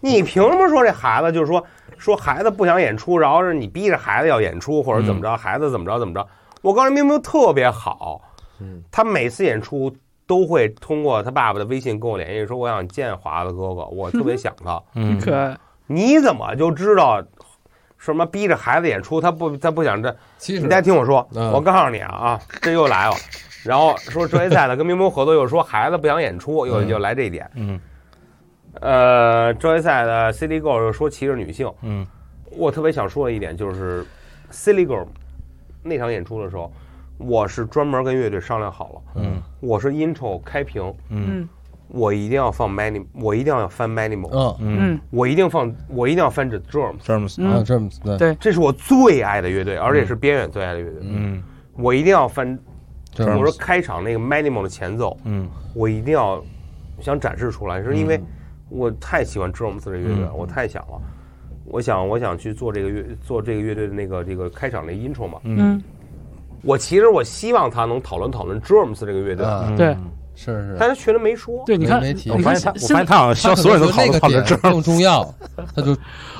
A: 你凭什么说这孩子就是说说孩子不想演出，然后是你逼着孩子要演出或者怎么
D: 嗯
A: 着，孩子怎么着怎么着？我告诉你，明明特别好，
C: 嗯，
A: 他每次演出都会通过他爸爸的微信跟我联系，说我想见华子哥哥，我特别想他。
D: 嗯，
B: 可爱，
A: 你怎么就知道什么逼着孩子演出？他不，他不想这。
C: 其
A: 你
C: 实
A: 再听我说，
C: 嗯
A: 我告诉你啊啊，这又来了。然后说这一赛呢跟明明合作，又说孩子不想演出，又
C: 嗯
A: 又来这一点。
D: 嗯
A: 呃，周一赛的 City Girl 又说歧视女性，
D: 嗯
A: 我特别想说的一点就是，Silly Girl 那场演出的时候，我是专门跟乐队商量好了，
D: 嗯
A: 我是 intro 开屏，
D: 嗯
B: 嗯
A: 我一定要放 Many，我一定要翻 Many More，、
C: 嗯
D: 嗯
B: 嗯
A: 我一定放，我一定要翻 The Drums，
D: ，James，
C: 啊，
B: 嗯，
C: 这么对，
B: 对
A: 这是我最爱的乐队，而且是边远最爱的乐队，
D: 嗯
A: 我一定要翻。
C: 这
A: 我说
C: 么
A: 开场那个 Many More 的前奏，
D: 嗯
A: 我一定要想展示出来，是因为我太喜欢 Drums 这个乐队了，
D: 嗯
A: 我太想了，我想我想去做这个乐做这个乐队的那个这个开场的 intro 嘛。
D: 嗯
B: 嗯
A: 我其实我希望他能讨论讨论 Drums 这个乐队，
C: 啊，
D: 嗯，
B: 对
C: 是是，
A: 但他全都没说。
B: 对，你
C: 没
B: 看
C: 没
B: 你
C: 提
D: 我
B: 你
D: 发
B: 看
D: 现他，
B: 现
D: 我发现他好像需
C: 他可
D: 要
C: 能
D: 所有人都
C: 觉得那个
D: 讨论讨
C: 点
D: 论这
C: 更重要，他就，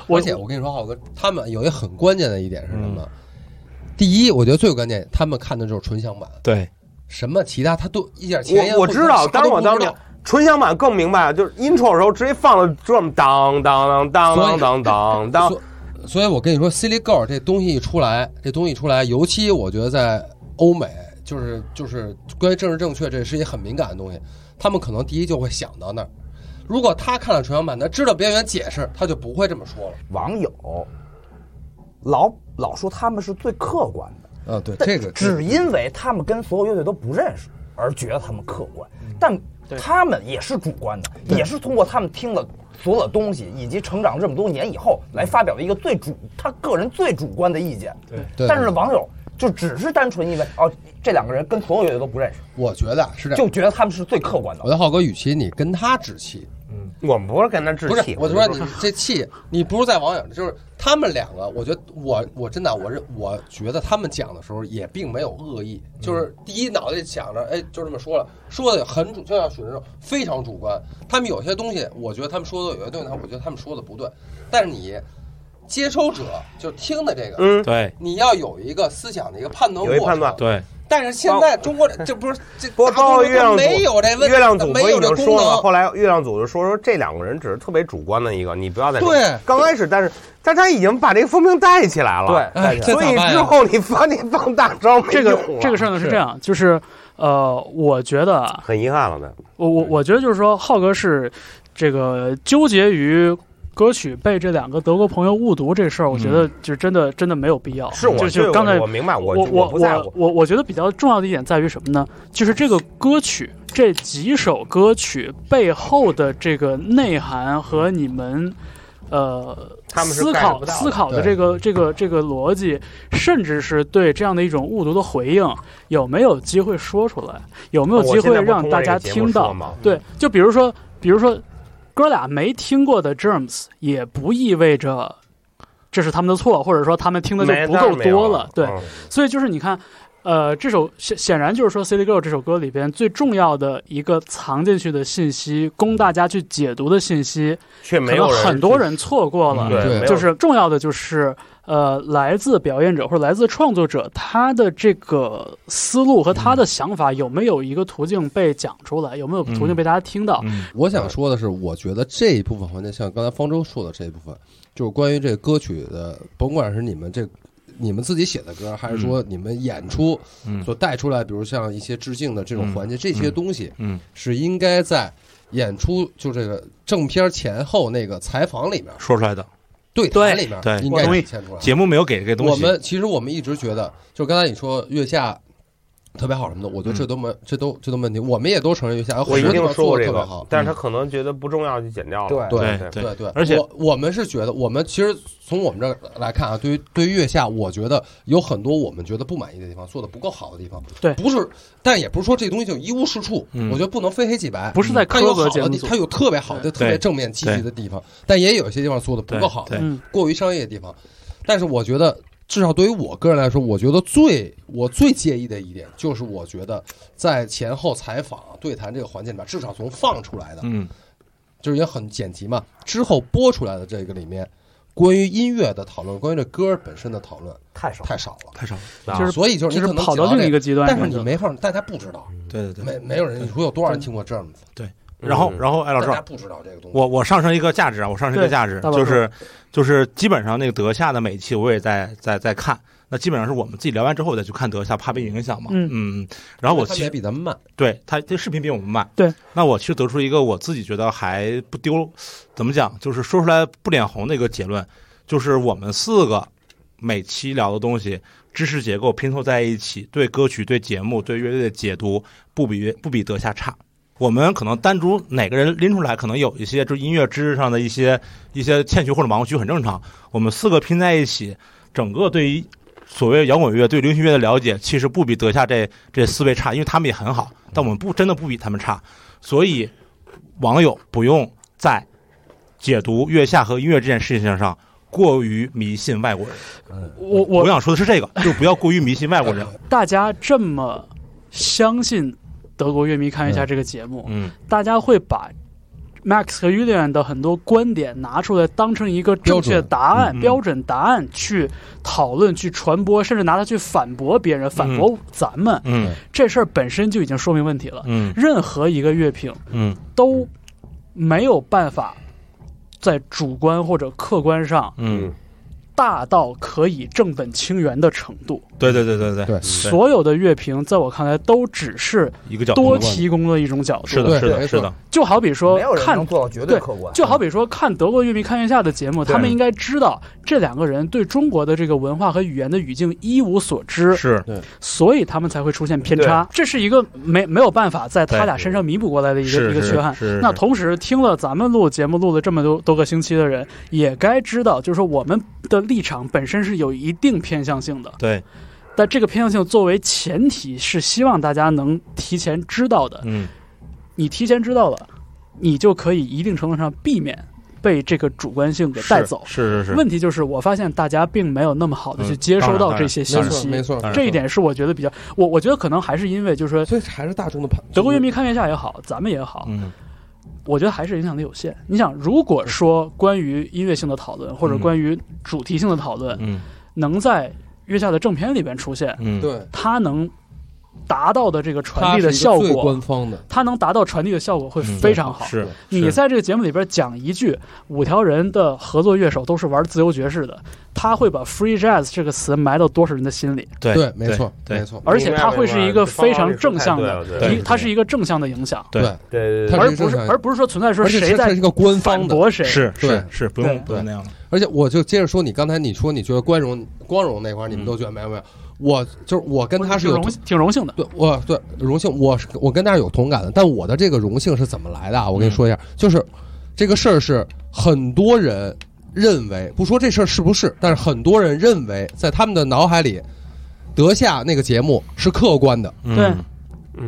B: 我
C: 而且我跟你说，浩哥，他们有一个很关键的一点是什么？第一，我觉得最有关键，他们看的就是纯享版，
D: 对，
C: 什么其他他都一点前言
A: 我我知道，当
C: 但是
A: 然我当
C: 年
A: 年纯享版更明白了，就是 intro 的时候直接放了 drum 当当当当当当当当
C: 所，所以我跟你说，Silly Girl 这东西一出来，这东西一出来，尤其我觉得在欧美，就是就是关于政治正确，这是一很敏感的东西，他们可能第一就会想到那儿。如果他看了纯享版，他知道边缘解释，他就不会这么说了。
E: 网友老老说他们是最客观的，
C: 啊，对，
E: 但
C: 这个
E: 只因为他们跟所有乐队都不认识而觉得他们客观，但他们也是主观的，也是通过他们听了所有的东西以及成长这么多年以后来发表的一个最主他个人最主观的意见。
C: 对
E: 但是网友就只是单纯因为哦，这两个人跟所有乐队都不认识，
C: 我觉得啊是这样。
E: 就觉得他们是最客观
C: 我
E: 的。
C: 觉得浩哥，与其你跟他置气，
A: 我们不是跟他置
C: 不是
A: 气，，
C: 我就说你这气，你不是在网友，就是他们两个，我觉得我我真的啊我认我觉得他们讲的时候也并没有恶意，就是
A: 嗯
C: 第一脑袋想着，哎，就这么说了，说的很主，就像水这非常主观。他们有些东西，我觉得他们说的有些东西，我觉得他们说的不对，但是你接收者就听的这个，
A: 嗯，
D: 对
C: 你要有一个思想的一个判
A: 有
C: 断过
A: 一
C: 程，
A: 判断
D: 对，
C: 但是现在中国这不是这
A: 不过
C: 大多
A: 包括
C: 数
A: 月亮组
C: 都没有这问题，
A: 月亮组
C: 没
A: 不已
C: 有这
A: 经
C: 功
A: 说了吗？
C: 能
A: 后。来月亮组就说说这两个人只是特别主观的一个，你不要再说
C: 对
A: 刚开始，但是但是他已经把这个风评带起来了，
E: 对，但
C: 哎这
E: 是
A: 所
C: 咋
A: 以
C: 办呀
A: 之后你放你放大招没
B: 这个
A: 用了啊
B: 这个事儿呢是
C: 是
B: 这样，就是呃，我觉得啊，
A: 很遗憾了呢。
B: 我我我觉得就是说，浩哥是这个纠结于歌曲被这两个德国朋友误读这事儿，我
D: 嗯
B: 觉得就真的真的没有必要。
A: 是我
B: 就
A: 这
B: 就
A: 个
B: 刚才
A: 我明白，我
B: 我
A: 我
B: 我
A: 不在乎
B: 我，我我觉得比较重要的一点在于什么呢？就是这个歌曲这几首歌曲背后的这个内涵和你们。呃，
A: 他们是
B: 思
A: get
B: 考
A: 不到的
B: 思考的
C: 对
B: 这个这个这个逻辑，甚至是对这样的一种误读的回应，有没有机会说出来？有没有
A: 我
B: 机
A: 现
B: 会
A: 在不
B: 让
A: 通过
B: 大
A: 这个
B: 家
A: 节目
B: 听到
A: 说？吗？
B: 对，就比如说，比如说，哥俩没听过的 Germs，也不意味着这是他们的错，或者说他们听的就
A: 没
B: 不
A: 那
B: 够
A: 儿没有
B: 多了。对，
A: 嗯
B: 所以就是你看，呃，这首显显然就是说《City Girl》这首歌里边最重要的一个藏进去的信息，供大家去解读的信息，
A: 却
B: 可
A: 没
B: 能
A: 有嗯
B: 很多人错过了。
A: 对，
C: 对
A: 没有
B: 就是重要的就是呃，来自表演者或者来自创作者他的这个思路和他的想法有没有一个途径被讲出来，有没有途径被大家听到？
D: 嗯
C: 我想说的是，我觉得这一部分环节，像刚才方舟说的这一部分，就是关于这个歌曲的，甭管是你们这你们自己写的歌，还是说你们演出
D: 嗯
C: 所带出来，比如像一些致敬的这
A: 嗯
C: 种环节，这些东西
D: 嗯
C: 是应该在演出就这个正片前后那个采访里面
D: 说出来的
C: 对
B: 对
C: 谈里面
D: 对
C: 应
B: 我
C: 该
B: 同意
C: 体现出来。
D: 节目没有给这个东西。
C: 我们其实我们一直觉得，就刚才你说月下特别好什么的，我觉得这都没这都这都没问题，我们也都承认月下有
A: 嗯我
C: 很
A: 一
C: 多地
A: 定
C: 方
A: 说
C: 做
A: 过
C: 的
A: 这
C: 特别
A: 个
C: 好，，
A: 但是他可能觉得不重要就剪掉了。
E: 对
D: 对
A: 对
D: 对
C: 嗯对对，
D: 而且
C: 我我们是觉得，我们其实从我们这儿来看啊，对于对于月下，我觉得有很多我们觉得不满意的地方，做的不够好的地方。
B: 对
C: 不是，但也不是说这东西就一无是处。
D: 嗯
C: 我觉得不能非黑即白。
B: 不是在
C: 它
B: 苛
C: 有
B: 责
C: 好
B: 节
C: 的
B: 目
C: 地，
B: 组
C: 它，有特别好的、特别正面积极的地方，但也有一些地方做的不够好的
D: 对，
B: 嗯，
C: 过于商业的地方。但是我觉得，至少对于我个人来说，我觉得最我最介意的一点，就是我觉得在前后采访对谈这个环节里面，至少从放出来的，
D: 嗯
C: 就是也很剪辑嘛。之后播出来的这个里面，关于音乐的讨论，关于这歌本身的讨论
E: 太少了。
C: 太少了，
D: 太少了。
A: 啊
B: 就是
C: 所以就是
B: 就是
C: 你可能
B: 跑到
C: 讲
B: 另一
C: 这
B: 个极端
C: 但
B: 上去
C: 是
B: 了，
C: 你没法，大家不知道，
D: 对对对。
C: 没没有人，你说有多少人听过这样的，
A: 嗯
D: 然后然后哎，老
C: 大
D: 赵
C: 家，不知道这个东西。
D: 我我上升一个价值啊，我上升一个
B: 对
D: 价值
B: 大，老
D: 就是就是基本上那个德夏的每一期我也在在在看。那基本上是我们自己聊完之后再去看德夏，怕被影响嘛。
B: 嗯
D: 嗯，然后我
C: 他们
D: 其实
C: 也比咱们慢，
D: 对他这视频比我们慢。
B: 对，
D: 那我其实得出一个我自己觉得还不丢，怎么讲，就是说出来不脸红的一个结论，就是我们四个每期聊的东西，知识结构拼凑在一起，对歌曲、对节目、对乐队的解读，不比不比德夏差。我们可能单独哪个人拎出来，可能有一些就音乐知识上的一些一些欠缺或者盲区，很正常。我们四个拼在一起，整个对于所谓摇滚乐、对流行乐的了解，其实不比德夏这这四位差，因为他们也很好，但我们不真的不比他们差。所以，网友不用在解读月下和音乐这件事情上过于迷信外国人。
B: 我
D: 我
B: 我
D: 想说的是 这个，就是不要过于迷信外国人。
B: 大家这么相信德国乐迷看一下这个节目，
D: 嗯，
B: 大家会把 Max 和 Julian 的很多观点拿出来当成一个正确答案、
D: 标准嗯
B: 标准
D: 嗯
B: 答案去讨论、去传播，甚至拿它去反驳别人、反驳咱们。
D: 嗯
B: 这事儿本身就已经说明问题了。
D: 嗯
B: 任何一个乐评
D: 嗯
B: 都没有办法在主观或者客观上
D: 嗯，
B: 大到可以正本清源的程度。
D: 对对对对对
C: 对
B: 所有的乐评，在我看来都只是
D: 一个角
B: 多
D: 度。
B: 提供了一种角度。
D: 是
C: 对
D: 的，是的，
C: 没
D: 是
C: 错
D: 的，
B: 就好比说
E: 没有人
B: 看
E: 能做到绝对客观，
B: 就好比说看德国乐迷看月下的节目，
A: 对
B: 他们应该知道这两个人对中国的这个文化和语言的语境一无所知，
D: 是
B: 所以他们才会出现偏差。这是一个没没有办法在他俩身上弥补过来的一个
D: 是
B: 一个缺憾。
D: 是。
B: 那同时听了咱们录节目录了这么多多个星期的人，也该知道，就是说我们的立场本身是有一定偏向性的，
D: 对，
B: 但这个偏向性作为前提是希望大家能提前知道的。
D: 嗯，
B: 你提前知道了，你就可以一定程度上避免被这个主观性给带走。
D: 是是是，
B: 问题就是，我发现大家并没有那么好的去
D: 嗯
B: 接收
D: 当然
B: 到这些信
C: 没错
B: 息，
C: 没错
D: 当。然
B: 这一点是我觉得比较，我我觉得可能还是因为就是说，
F: 所以还是大众的判。
B: 德国乐迷看月下也好，咱们也好，
D: 嗯
B: 我觉得还是影响力有限。你想，如果说关于音乐性的讨论或者
D: 嗯
B: 关于主题性的讨论
D: 嗯
B: 能在月下的正片里边出现，
D: 嗯，
F: 对
B: 它能达到的这个传
F: 它
B: 递的
F: 是一个
B: 效
F: 最
B: 果
F: 官，方的，
B: 它能达到传递的效果
D: 嗯
B: 会非常好。
D: 是
B: 你在这个节目里边讲一句，五条人的合作乐手都是玩自由爵士的，他会把 free jazz 这个词埋到多少人的心里，
D: 对
F: 对
C: 没错，
D: 对
C: 没错，
B: 而且它会是一个非常正向的，
A: 对
B: 一它是一个正向的影响，
D: 对
A: 对
C: 对，
F: 它
A: 对
B: 而
F: 是一个
B: 不是
F: 正向
B: 而不是说存在说
F: 而且
B: 谁
F: 它它是
B: 在
F: 一个官
B: 反
F: 方的。
B: 驳谁。
D: 是
F: 对
D: 是是，不用不用那样的，
F: 而且
C: 我就接着说，你刚才你说你觉得光荣光荣那块儿，你们
B: 嗯
C: 都觉得没有没有，我就是我跟他是
B: 挺
C: 有
B: 荣挺荣幸的，
C: 对，我对荣幸，我是我跟大家有同感的，但我的这个荣幸是怎么来的啊？我
B: 嗯
C: 跟你说一下，就是这个事儿是很多人认为，不说这事儿是不是，但是很多人认为，在他们的脑海里，德夏那个节目是客观的，
D: 嗯
B: 对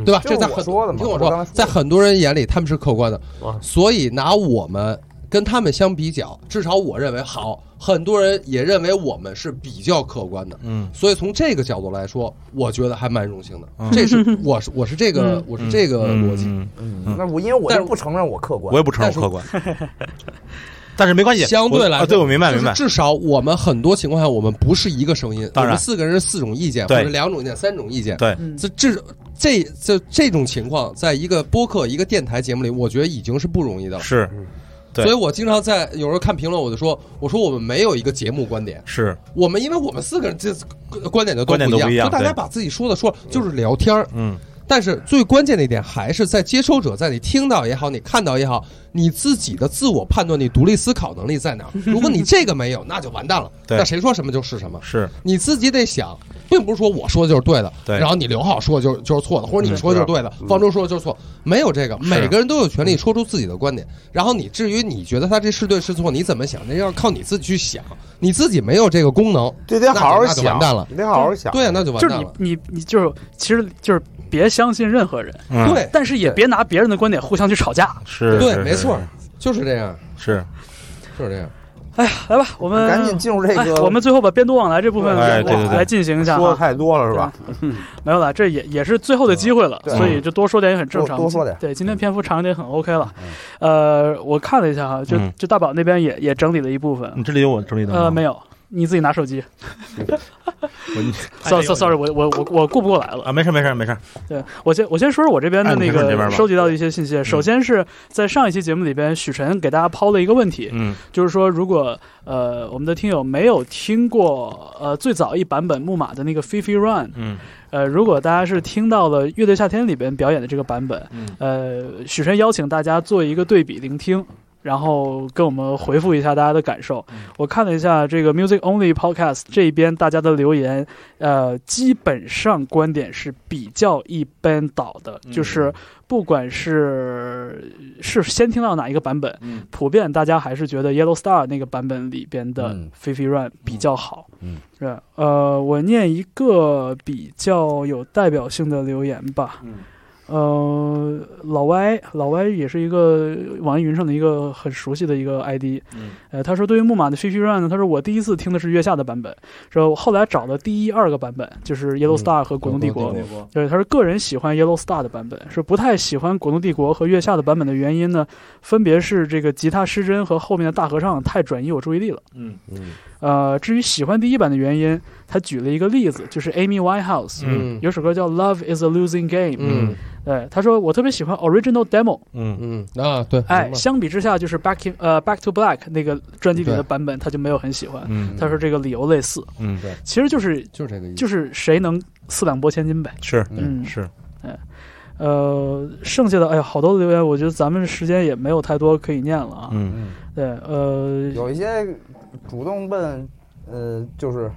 C: 对吧？
E: 就是
C: 这在
E: 我
C: 很
E: 说的嘛
C: 你听我
E: 我刚才
C: 说
E: 说，的
C: 在很多人眼里他们是客观的
A: 啊，
C: 所以拿我们跟他们相比较，至少我认为好，很多人也认为我们是比较客观的。
D: 嗯
C: 所以从这个角度来说，我觉得还蛮荣幸的
D: 嗯。
C: 这是 我是我是这个
B: 嗯
C: 我是这个逻辑。
D: 嗯嗯
E: 嗯那我因为我就不承认我客观
D: 我，也不承认我客观， 但是没关系，
C: 相对
D: 我
C: 来
D: 啊
C: 说，
D: 对我明白明白
C: 就是，至少我们很多情况下，我们不是一个声音，
D: 当然
C: 我们四个人是四种意见，或
D: 对
C: 者两种意见、三种意见。
D: 对
B: 嗯
C: 这这这这这种情况，在一个播客、一个电台节目里，我觉得已经是不容易的了。
D: 是对
C: 所以我经常在有时候看评论，我就说，我说我们没有一个节目观点，
D: 是
C: 我们因为我们四个人这观点就都
D: 观点都
C: 不
D: 不
C: 一
D: 一样
C: 就大家
D: 对
C: 把自己说的说，就是聊天儿。
D: 嗯
C: 但是最关键的一点还是在接收者，在你听到也好，你看到也好，你自己的自我判断、你独立思考能力在 哪儿？如果你这个没有，那就完蛋了。
D: 对
C: 那谁说什么就是什么，
D: 是
C: 你自己得想，并不是说我说的就是对的，
D: 对嗯
C: 然后你刘浩说的就是就是错的，或者你说的就是对的，方舟说的就是错，没有这个，每个人都有权
D: 嗯
C: 利说出自己的观点。然后你至于你觉得他这是对是错，你怎么想，那要靠你自己去想，你自己没有这个功能，
A: 这得好好
C: 那就那就
A: 想，
C: 完蛋了
A: 你得好好想。
C: 对啊，那就完
B: 就是
C: 蛋
B: 你
C: 了。
B: 你你就是其实就是别相信任何人，
D: 嗯
C: 对
B: 但是也别拿别人的观点互相去吵架。
D: 是，
C: 对
D: 是，
C: 没错，就是这样，
D: 是
C: 就是这样。
B: 哎呀，来吧，我们
E: 赶紧进入这
B: 哎
E: 个。
B: 我们最后把编读往来这部分
D: 哎对对对
B: 来进行一下
A: 说的
B: 哈，
A: 太多了是吧？
B: 没有了，这也也是最后的机会了，
E: 对
B: 所以就多说点也很正常。
E: 多多说点嗯
B: 对，今天篇幅长一点很 OK 了。呃，我看了一下哈，就
D: 嗯
B: 就大宝那边也也整理了一部分
E: 嗯
D: 你，这里有我整理的吗？
B: 呃，没有，你自己拿手机。
D: 我你
B: sorry sorry，我我我我顾不过来了。
D: 啊，没事没事没事，
B: 对我先我先说说我这边的
D: 哎你
B: 那
D: 先说你这边
B: 个
D: 吧嗯
B: 收集到的一些信息。首先是在上一期节目里边，许晨给大家抛了一个问题，
D: 嗯
B: 就是说如果呃我们的听友没有听过呃最早一版本木马的那个 Fifi Run，
D: 嗯
B: 呃如果大家是听到了乐队夏天里边表演的这个版本，
D: 嗯
B: 呃许晨邀请大家做一个对比聆听。然后跟我们回复一下大家的感受。我看了一下这个 Music Only Podcast 这边大家的留言，呃，基本上观点是比较一般倒的，就是不管是是先听到哪一个版本，
D: 嗯
B: 普遍大家还是觉得 Yellow Star 那个版本里边的
E: 嗯
B: Fifi Run 比较好。
E: 嗯，
B: 是吧呃，我念一个比较有代表性的留言吧。
D: 嗯
B: 呃，老歪，老歪也是一个网易云上的一个很熟悉的一个 ID。
D: 嗯
B: 呃，他说对于木马的 Fifi Run 呢，他说我第一次听的是月下的版本，然后后来找了第一、二个版本，就是
C: 嗯
B: Yellow Star 和滚动帝
C: 滚
B: 国
C: 动。帝
B: 对，他是个人喜欢 Yellow Star 的版本，是不太喜欢滚动帝国和月下的版本的原因呢，分别是这个吉他失真和后面的大合唱太转移我注意力了。
D: 嗯
A: 嗯，
B: 呃，至于喜欢第一版的原因，他举了一个例子，就是 Amy Winehouse，、
D: 嗯
B: 有首歌叫《Love Is a Losing Game》，
C: 嗯
B: 对，他说我特别喜欢 Original Demo，
D: 嗯
C: 嗯啊，对，
B: 哎，
C: 明白
B: 相比之下就是 Back in, 呃 Back to Black 那个专辑里的
C: 对
B: 版本，他就没有很喜欢。
D: 嗯
B: 他说这个理由类似，
D: 嗯
B: 其实就是
C: 就是这个意思，
B: 就是谁能四两拨千斤呗。
D: 是
B: 嗯，
D: 是
B: 呃，剩下的哎呀，好多留言，我觉得咱们时间也没有太多可以念了啊。
D: 嗯
E: 嗯，
B: 对，呃，
E: 有一些主动问，呃，就是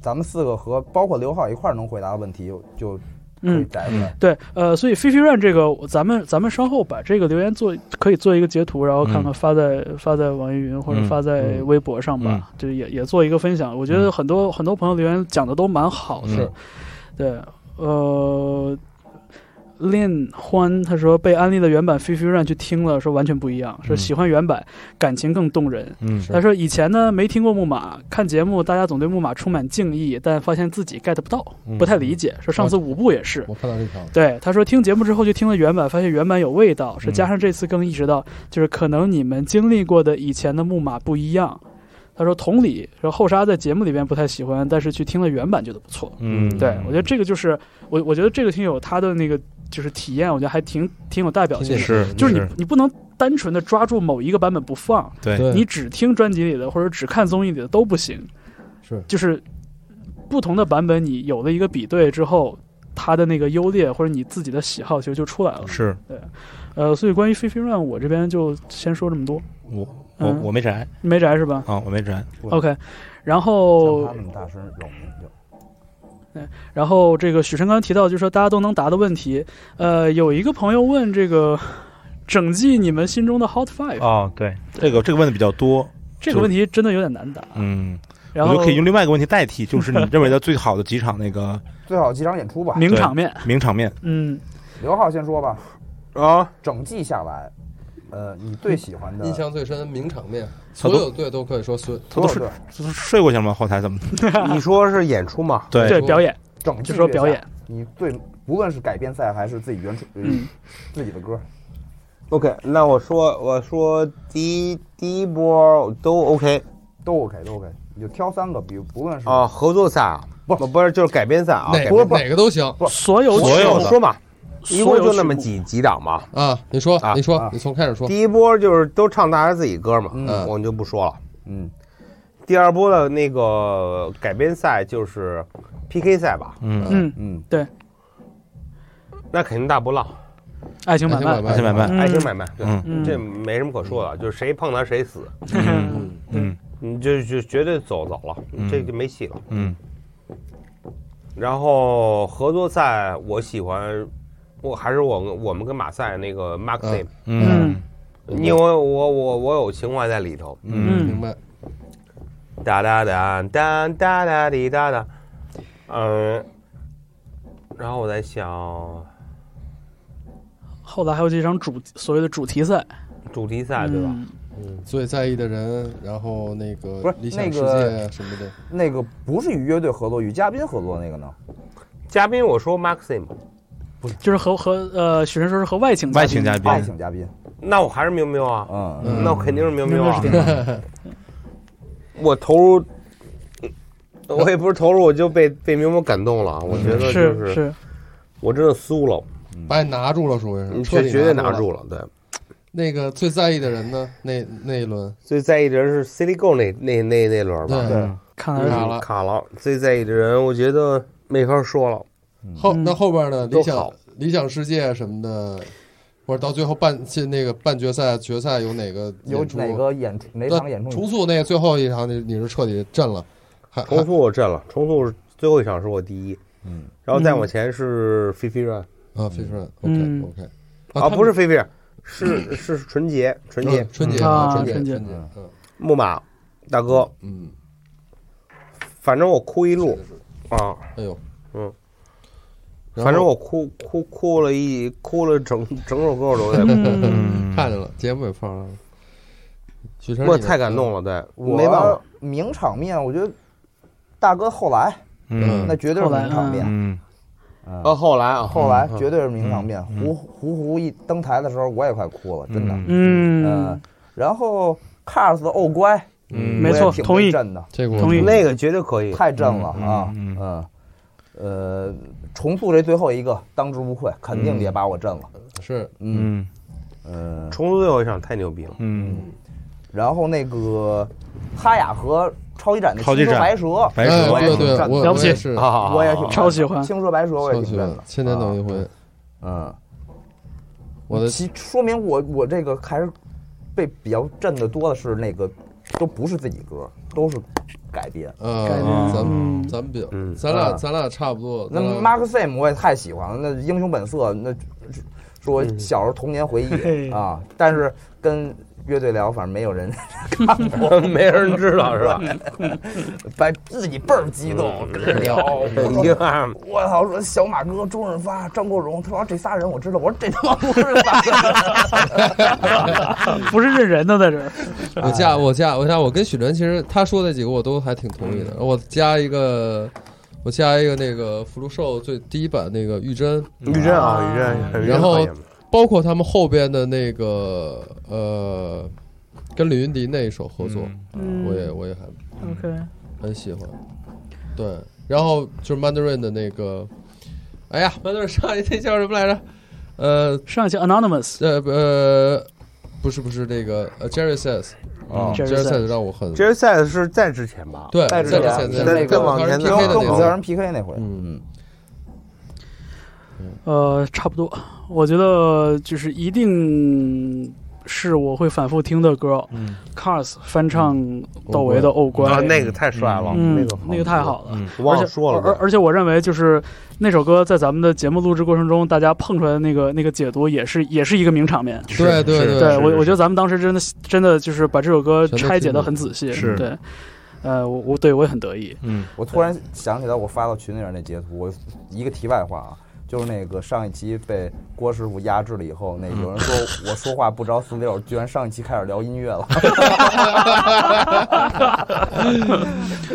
E: 咱们四个和包括刘浩一块儿能回答的问题，就可以
B: 嗯，
E: 摘出来。
B: 对，呃，所以菲菲 run 这个，我咱们咱们稍后把这个留言做可以做一个截图，然后看看发在、发在网易云或者
D: 嗯
B: 发在微博上吧，
D: 嗯
B: 就也也做一个分享。我觉得很多、很多朋友留言讲的都蛮好的，
D: 是
B: 对，呃。Lin 欢他说被安利的原版《菲菲 Run》去听了，说完全不一样，说
D: 嗯
B: 喜欢原版，感情更动人。
D: 嗯
B: 他说以前呢没听过木马，看节目大家总对木马充满敬意，但发现自己 get 不到，不太理解。说上次舞步也是。
C: 我看到这条了，
B: 对，他说听节目之后就听了原版，发现原版有味道，是
D: 嗯
B: 加上这次更意识到，就是可能你们经历过的以前的木马不一样，他说同理，说后沙在节目里边不太喜欢，但是去听了原版觉得不错。
D: 嗯，
B: 对，我觉得这个就是我，我觉得这个听友他的那个就是体验，我觉得还挺挺有代表性的。
D: 是
B: 就是你你不能单纯的抓住某一个版本不放，
D: 对
F: 对
B: 你只听专辑里的或者只看综艺里的都不行。
F: 是
B: 就是不同的版本，你有了一个比对之后，它的那个优劣或者你自己的喜好其实就出来了。
D: 是，
B: 呃，所以关于 Fifi Run，我这边就先说这么多。
D: 我我
B: 嗯
D: 我没摘
B: 你没宅是吧
D: 啊，我没摘，
B: ？OK，然
E: 像
B: 后
E: 他那么大声有有，
B: 然后这个许晨刚刚提到，就是说大家都能答的问题。呃，有一个朋友问这个整季你们心中的 Hot Five、
D: 哦，对，这个这个问的比较多，
B: 这个问题真的有点难答。
D: 嗯，
B: 然
D: 我
B: 后
D: 就可以用另外一个问题代替，就是你认为的最好的几场那个
E: 最好几场演出吧。
B: 名场面，
D: 名场面，
B: 嗯，
E: 刘浩先说吧，
A: 啊，
E: 整季下来，呃，你最喜欢的
C: 印象最深的名场面，
D: 他
C: 所
D: 都
C: 有队都可以说所
E: 所有队
D: 是睡过去了吗？后台怎么？
A: 你说是演出吗？
D: 对
B: 对，表演
E: 整季
B: 就说
E: 决
B: 表
E: 赛
B: 演，
E: 你最无论是改编赛还是自己原创，呃
B: 嗯，
E: 自己的歌，
A: OK，那我说我说第一第一波都 OK
E: 都 OK 都 OK，你就挑三个，比如不论是
A: 啊，合作赛啊，
E: 不
A: 不是就是改编赛啊，
C: 哪
A: 改
C: 个
A: 编
E: 不
C: 哪个都行
B: 所有
D: 所有
A: 我
D: 的
A: 说嘛，一
B: 所
A: 共
B: 有
A: 就那么
B: 曲
A: 几
B: 目，
A: 几档嘛。
C: 啊！你说
A: 啊，
C: 你说
E: 啊，
C: 你从开始说。
A: 第一波就是都唱大家自己歌嘛，
E: 嗯
A: 我就不说了。
E: 嗯
A: 第二波的那个改编赛就是 PK 赛吧，
D: 嗯，
B: 嗯，
E: 嗯
A: 那肯定大波浪，
B: 爱情买
C: 爱
B: 卖
C: 情买卖
D: 爱情买卖，
B: 嗯
A: 爱情买卖，对，
D: 嗯
B: 嗯
A: 这没什么可说的，就是谁碰它谁死，
B: 嗯
D: 嗯
A: 你就就绝对走早了，
D: 嗯
A: 这就没戏了。
D: 嗯
A: 然后合作赛我喜欢，我还是我们我们跟马赛那个 Mark Sim，、
D: 嗯
A: 因为我我我有情怀在里头，
D: 嗯
C: 明白，
A: 哒哒哒哒哒哒滴哒哒，嗯，然后我在想
B: 后来还有这场主所谓的主题赛，
A: 主题赛对吧？
B: 嗯
C: 最在意的人，然后那个
E: 不是
C: 理想
E: 那
C: 世
E: 个
C: 界什么的，
E: 那个不是与乐队合作，与嘉宾合作那个呢？
A: 嘉宾我说 Maxim，
B: 就是和和呃，许晨说是和外请
D: 外请嘉宾
E: 爱情嘉宾，
A: 那我还是喵喵啊，
E: 嗯，
C: 嗯
A: 那我肯定是喵喵啊
B: 喵喵是。天
A: 我投入，我也不是投入，我就被被喵喵感动了。我觉得 就是
B: 是，
A: 我真的酥了，
C: 把你拿住了，属于是
A: 你
C: 彻
A: 绝
C: 底
A: 绝对
C: 拿
A: 拿
C: 住了。
A: 住了。对，
C: 那个最在意的人呢？那那一轮，
A: 最在意的人是 City Go 那那那那轮吧，
C: 对，
B: 看
C: 嗯
B: 来
C: 卡了
A: 卡了。最在意的人，我觉得没法说了。
C: 后
B: 嗯
C: 那后边呢？
A: 都
C: 理想
A: 好
C: 理想世界什么的，或者到最后半进那个半决赛、决赛有哪个
E: 有
C: 演出
E: 哪个演出哪
C: 那
E: 场演出
C: 重
E: 你？
C: 塑那个最后一场，你你是彻底震了，还 还
A: 重塑我震了，重塑是最后一场是我第一，
E: 嗯，
A: 然后再往前是菲菲软
C: 啊，飞顺
B: 嗯
C: ，OK OK，
A: 啊，不是菲菲，是是纯洁纯洁
C: 嗯春节
B: 啊
C: 春节
B: 春
C: 春
B: 节
C: 节，嗯
A: 木马大哥，
C: 嗯，
A: 反正我哭一路
C: 是的是的
A: 啊，
C: 哎呦，
A: 嗯，
C: 然后
A: 反正我哭哭哭了一哭了整整首歌我都在哭，
B: 嗯，
C: 看见了，节目也放上了，许晨
A: 我
C: 你呢
A: 太感动了，对，
E: 我
A: 没办法，
E: 名场面，我觉得大哥后来
D: 嗯
E: 那绝对是名场面。
D: 嗯
A: 到后来啊，
E: 后来绝对是名场面。胡胡胡一登台的时候，我也快哭了，真的。
D: 嗯
B: 嗯
E: 嗯，，然后 Cars 的哦乖，
D: 嗯
B: 没
E: 我也
B: 错
E: 挺被
B: 同意
E: 震的，
C: 这个我
B: 同意
A: 那个绝对可以，
E: 太震了啊，
D: 嗯
E: 嗯，呃，重塑这最后一个当之无愧，肯定也把我震了，
C: 是
E: 嗯
D: 嗯
E: 嗯，
A: 重塑最后一场太牛逼了，
D: 嗯，
E: 然后那个哈雅和超级展的
D: 超级
E: 青蛇
D: 展
E: 白蛇，
C: 哎，
D: 白啊蛇
C: 对
E: 也挺
C: 对，
E: 震
C: 我
B: 了不起
C: 我也是，
A: 好好好
E: 我也挺
B: 超喜欢
E: 青蛇白蛇，我也
C: 我
E: 挺
C: 去
E: 震的，
C: 千年等一
A: 啊
C: 回，
E: 嗯，
C: 我的
E: 其说明我我这个还是被比较震的多的是那个都不是自己歌，都是改编。
C: 呃
B: 改，编
C: 咱
B: 嗯
C: 们咱们比
A: 嗯
C: 咱俩
E: 嗯
C: 咱俩差不多，
E: 那
C: 咱俩
E: Mark Sam 我也太喜欢了，那《英雄本色》那是我
C: 嗯
E: 小时候童年回忆、
B: 嗯
E: 啊。但是跟乐队聊，反正没有人
A: 没人知道 是吧？
E: 把自己倍儿激
C: 嗯
E: 动跟人聊。我
A: 你
E: 说
A: 看，
E: 我操！说小马哥、周润发、张国荣，他说这仨人我知道。我说这他妈不是仨 人。
B: 不是认人的在这儿，
C: 我加我加我加我跟许晨其实他说那几个我都还挺同意的，
A: 嗯
C: 我加一个。我加一个那个福禄寿最第一版那个玉珍，
A: 于震啊，于震，于震
C: 然后
A: 可以
C: 包括他们后边的那个呃跟李云迪那一首合作，
B: 嗯
C: 我也我也还
B: OK，
C: 很喜欢。对，然后就是 Mandarin 的那个，哎呀，Mandarin 上一那叫什么来着？呃
B: 上一期 Anonymous
C: 呃不呃，不是不是那个呃 Jerry Says 嗯
A: 啊
B: Jerry
C: Jerry
B: Says
C: Says 让我很
A: 这赛是在之前吧？
C: 对
E: 在
C: 在之
E: 之前
C: 前
E: 是
C: 在
E: 那个
C: 跟我人 PK 的
E: 跟跟
C: 那
E: 古
C: 个
E: 泽人 PK 那回，
C: 嗯
E: 嗯，
B: 呃，差不多，我觉得就是一定是我会反复听的歌。
D: 嗯
B: Cars 翻唱窦唯的《欧
A: 啊，
B: 关》，
A: 那个太帅了，
B: 嗯，
A: 个
B: 那
A: 那
B: 个太，好了。
D: 嗯，
A: 忘
B: 而
A: 了
B: 且
A: 说
B: 而
A: 了。
B: 而且我认为就是那首歌在咱们的节目录制过程中，大家碰出来的那个那个解读，也是也是一个名场面。
C: 对对
D: 是
C: 对
B: 对
D: 是
B: 我，
D: 是
B: 我觉得咱们当时真的真的就是把这首歌
C: 全都
B: 拆解
C: 听
B: 的
C: 了
B: 很仔细。
D: 是
B: 对，呃，我我对我也很得意。
D: 嗯
E: 我突然想起来，我发到群里边那截图，我一个题外话啊，就是那个上一期被郭师傅压制了以后，那有人说我说话不着四六，居然上一期开始聊音乐了。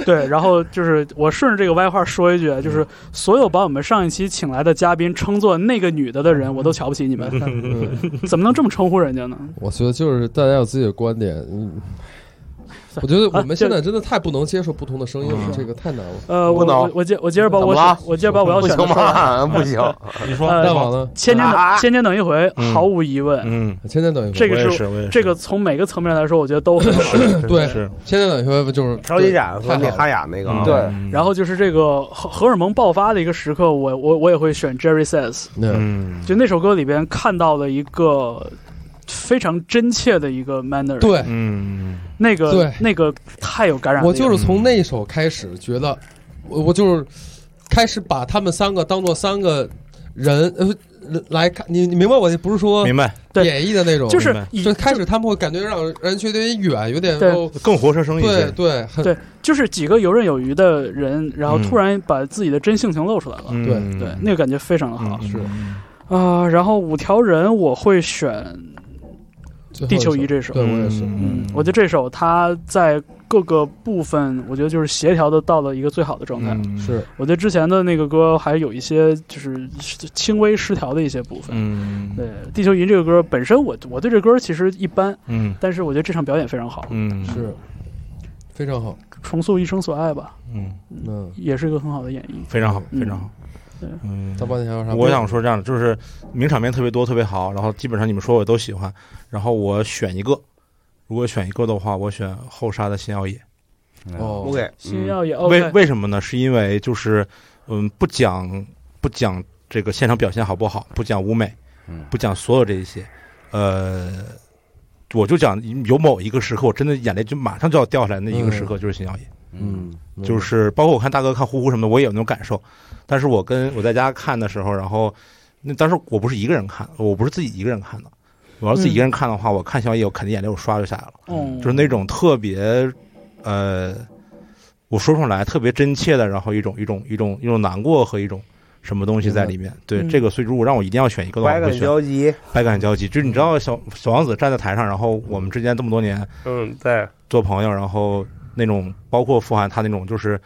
B: 对，然后就是我顺着这个歪话说一句，啊就是所有把我们上一期请来的嘉宾称作那个女的的人，我都瞧不起你们，
C: 嗯，
B: 怎么能这么称呼人家呢？
C: 我觉得就是大家有自己的观点，嗯，我觉得我们现在真的太不能接受不同的声音了，这个太难了。
B: 呃，我
A: 不能
B: 我我接我接着把我
A: 怎么了
B: 我接着把我要
A: 不
B: 选
A: 行
B: 的说完。
A: 吗？啊不行，
D: 你说
B: 呃
C: 大王呢？
B: 千年等千年等一回，
D: 嗯
B: 毫无疑问，
D: 嗯，
C: 现在等一会儿
B: 这个
D: 我也
B: 是
D: 是我也是
B: 这个从每个层面来说，我觉得都很好。
C: 对
D: 是
C: 现在等一会儿就是
A: 超级展和
C: 太好
A: 那
C: 了
A: 哈雅那个，啊
D: 嗯
E: 对
D: 嗯
B: 然后就是这个荷荷尔蒙爆发的一个时刻，我我我也会选 Jerry Says，
C: 嗯
D: 嗯
B: 就那首歌里边看到了一个非常真切的一个 manner，，
C: 对，
D: 嗯
B: 那个
C: 对
B: 那个太有感染力了，
C: 我就是
B: 嗯
C: 从那一首开始觉得，我我就是开始把他们三个当做三个人呃来看，你你明白我？不是说
D: 明白，
B: 对
C: 演绎的那种，
B: 就
D: 明
B: 是
D: 白
B: 以
C: 就开始他们会感觉让人觉得有点远，有点
B: 对
C: 哦
D: 更活生生一
C: 对
D: 些，
C: 对很
B: 对，就是几个游刃有余的人，然后
D: 嗯
B: 突然把自己的真性情露出来了，
D: 嗯
C: 对
B: 对，那个感觉非常的好啊、啊
C: 是
B: 然后五条人我会选，
C: 最后
B: 地球仪这首
C: 对我也是，
B: 嗯，我觉得这首他在各个部分，我觉得就是协调的到了一个最好的状态。
D: 嗯
C: 是
B: 我对之前的那个歌还有一些就是轻微失调的一些部分。
D: 嗯
B: 对，《地球仪》这个歌本身我，我对这歌其实一般，
D: 嗯
B: 但是我觉得这场表演非常好。
D: 嗯
C: 是非常好，
B: 重塑一生所爱吧，
D: 嗯
C: 嗯，
B: 也是一个很好的演绎。
D: 非常好
B: 嗯
D: 非常好
B: 对，
D: 嗯
C: 大宝你还有啥？
D: 我想说这样的，就是名场面特别多，特别好，然后基本上你们说我都喜欢，然后我选一个，如果选一个的话，我选后沙的新耀野。
C: 哦
A: ，OK，嗯
B: 星耀也
D: 为
B: OK，
D: 为什么呢？是因为就是嗯，不讲不讲这个现场表现好不好，不讲舞美，
E: 嗯
D: 不讲所有这一些，呃，我就讲有某一个时刻，我真的眼泪就马上就要掉下来，那一个时刻就是新耀野。
C: 嗯，
D: 就是包括我看大哥看呼呼什么的，我也有那种感受。但是我跟我在家看的时候，然后那当时我不是一个人看，我不是自己一个人看的。我要自己一个人看的话，我看小野，我肯定眼泪我刷就下来了，
B: 嗯，
D: 就是那种特别，呃，我说不上来，特别真切的，然后一种一种一种一种难过和一种什么东西在里面。对
B: 嗯
D: 这个，所以如果让我一定要选一个的话，
A: 百
D: 我
A: 感
D: 会选
A: 交集，
D: 百感交集。就是你知道小小王子站在台上，然后我们之间这么多年
A: 嗯，对，
D: 做朋友，然后那种包括富含他那种就是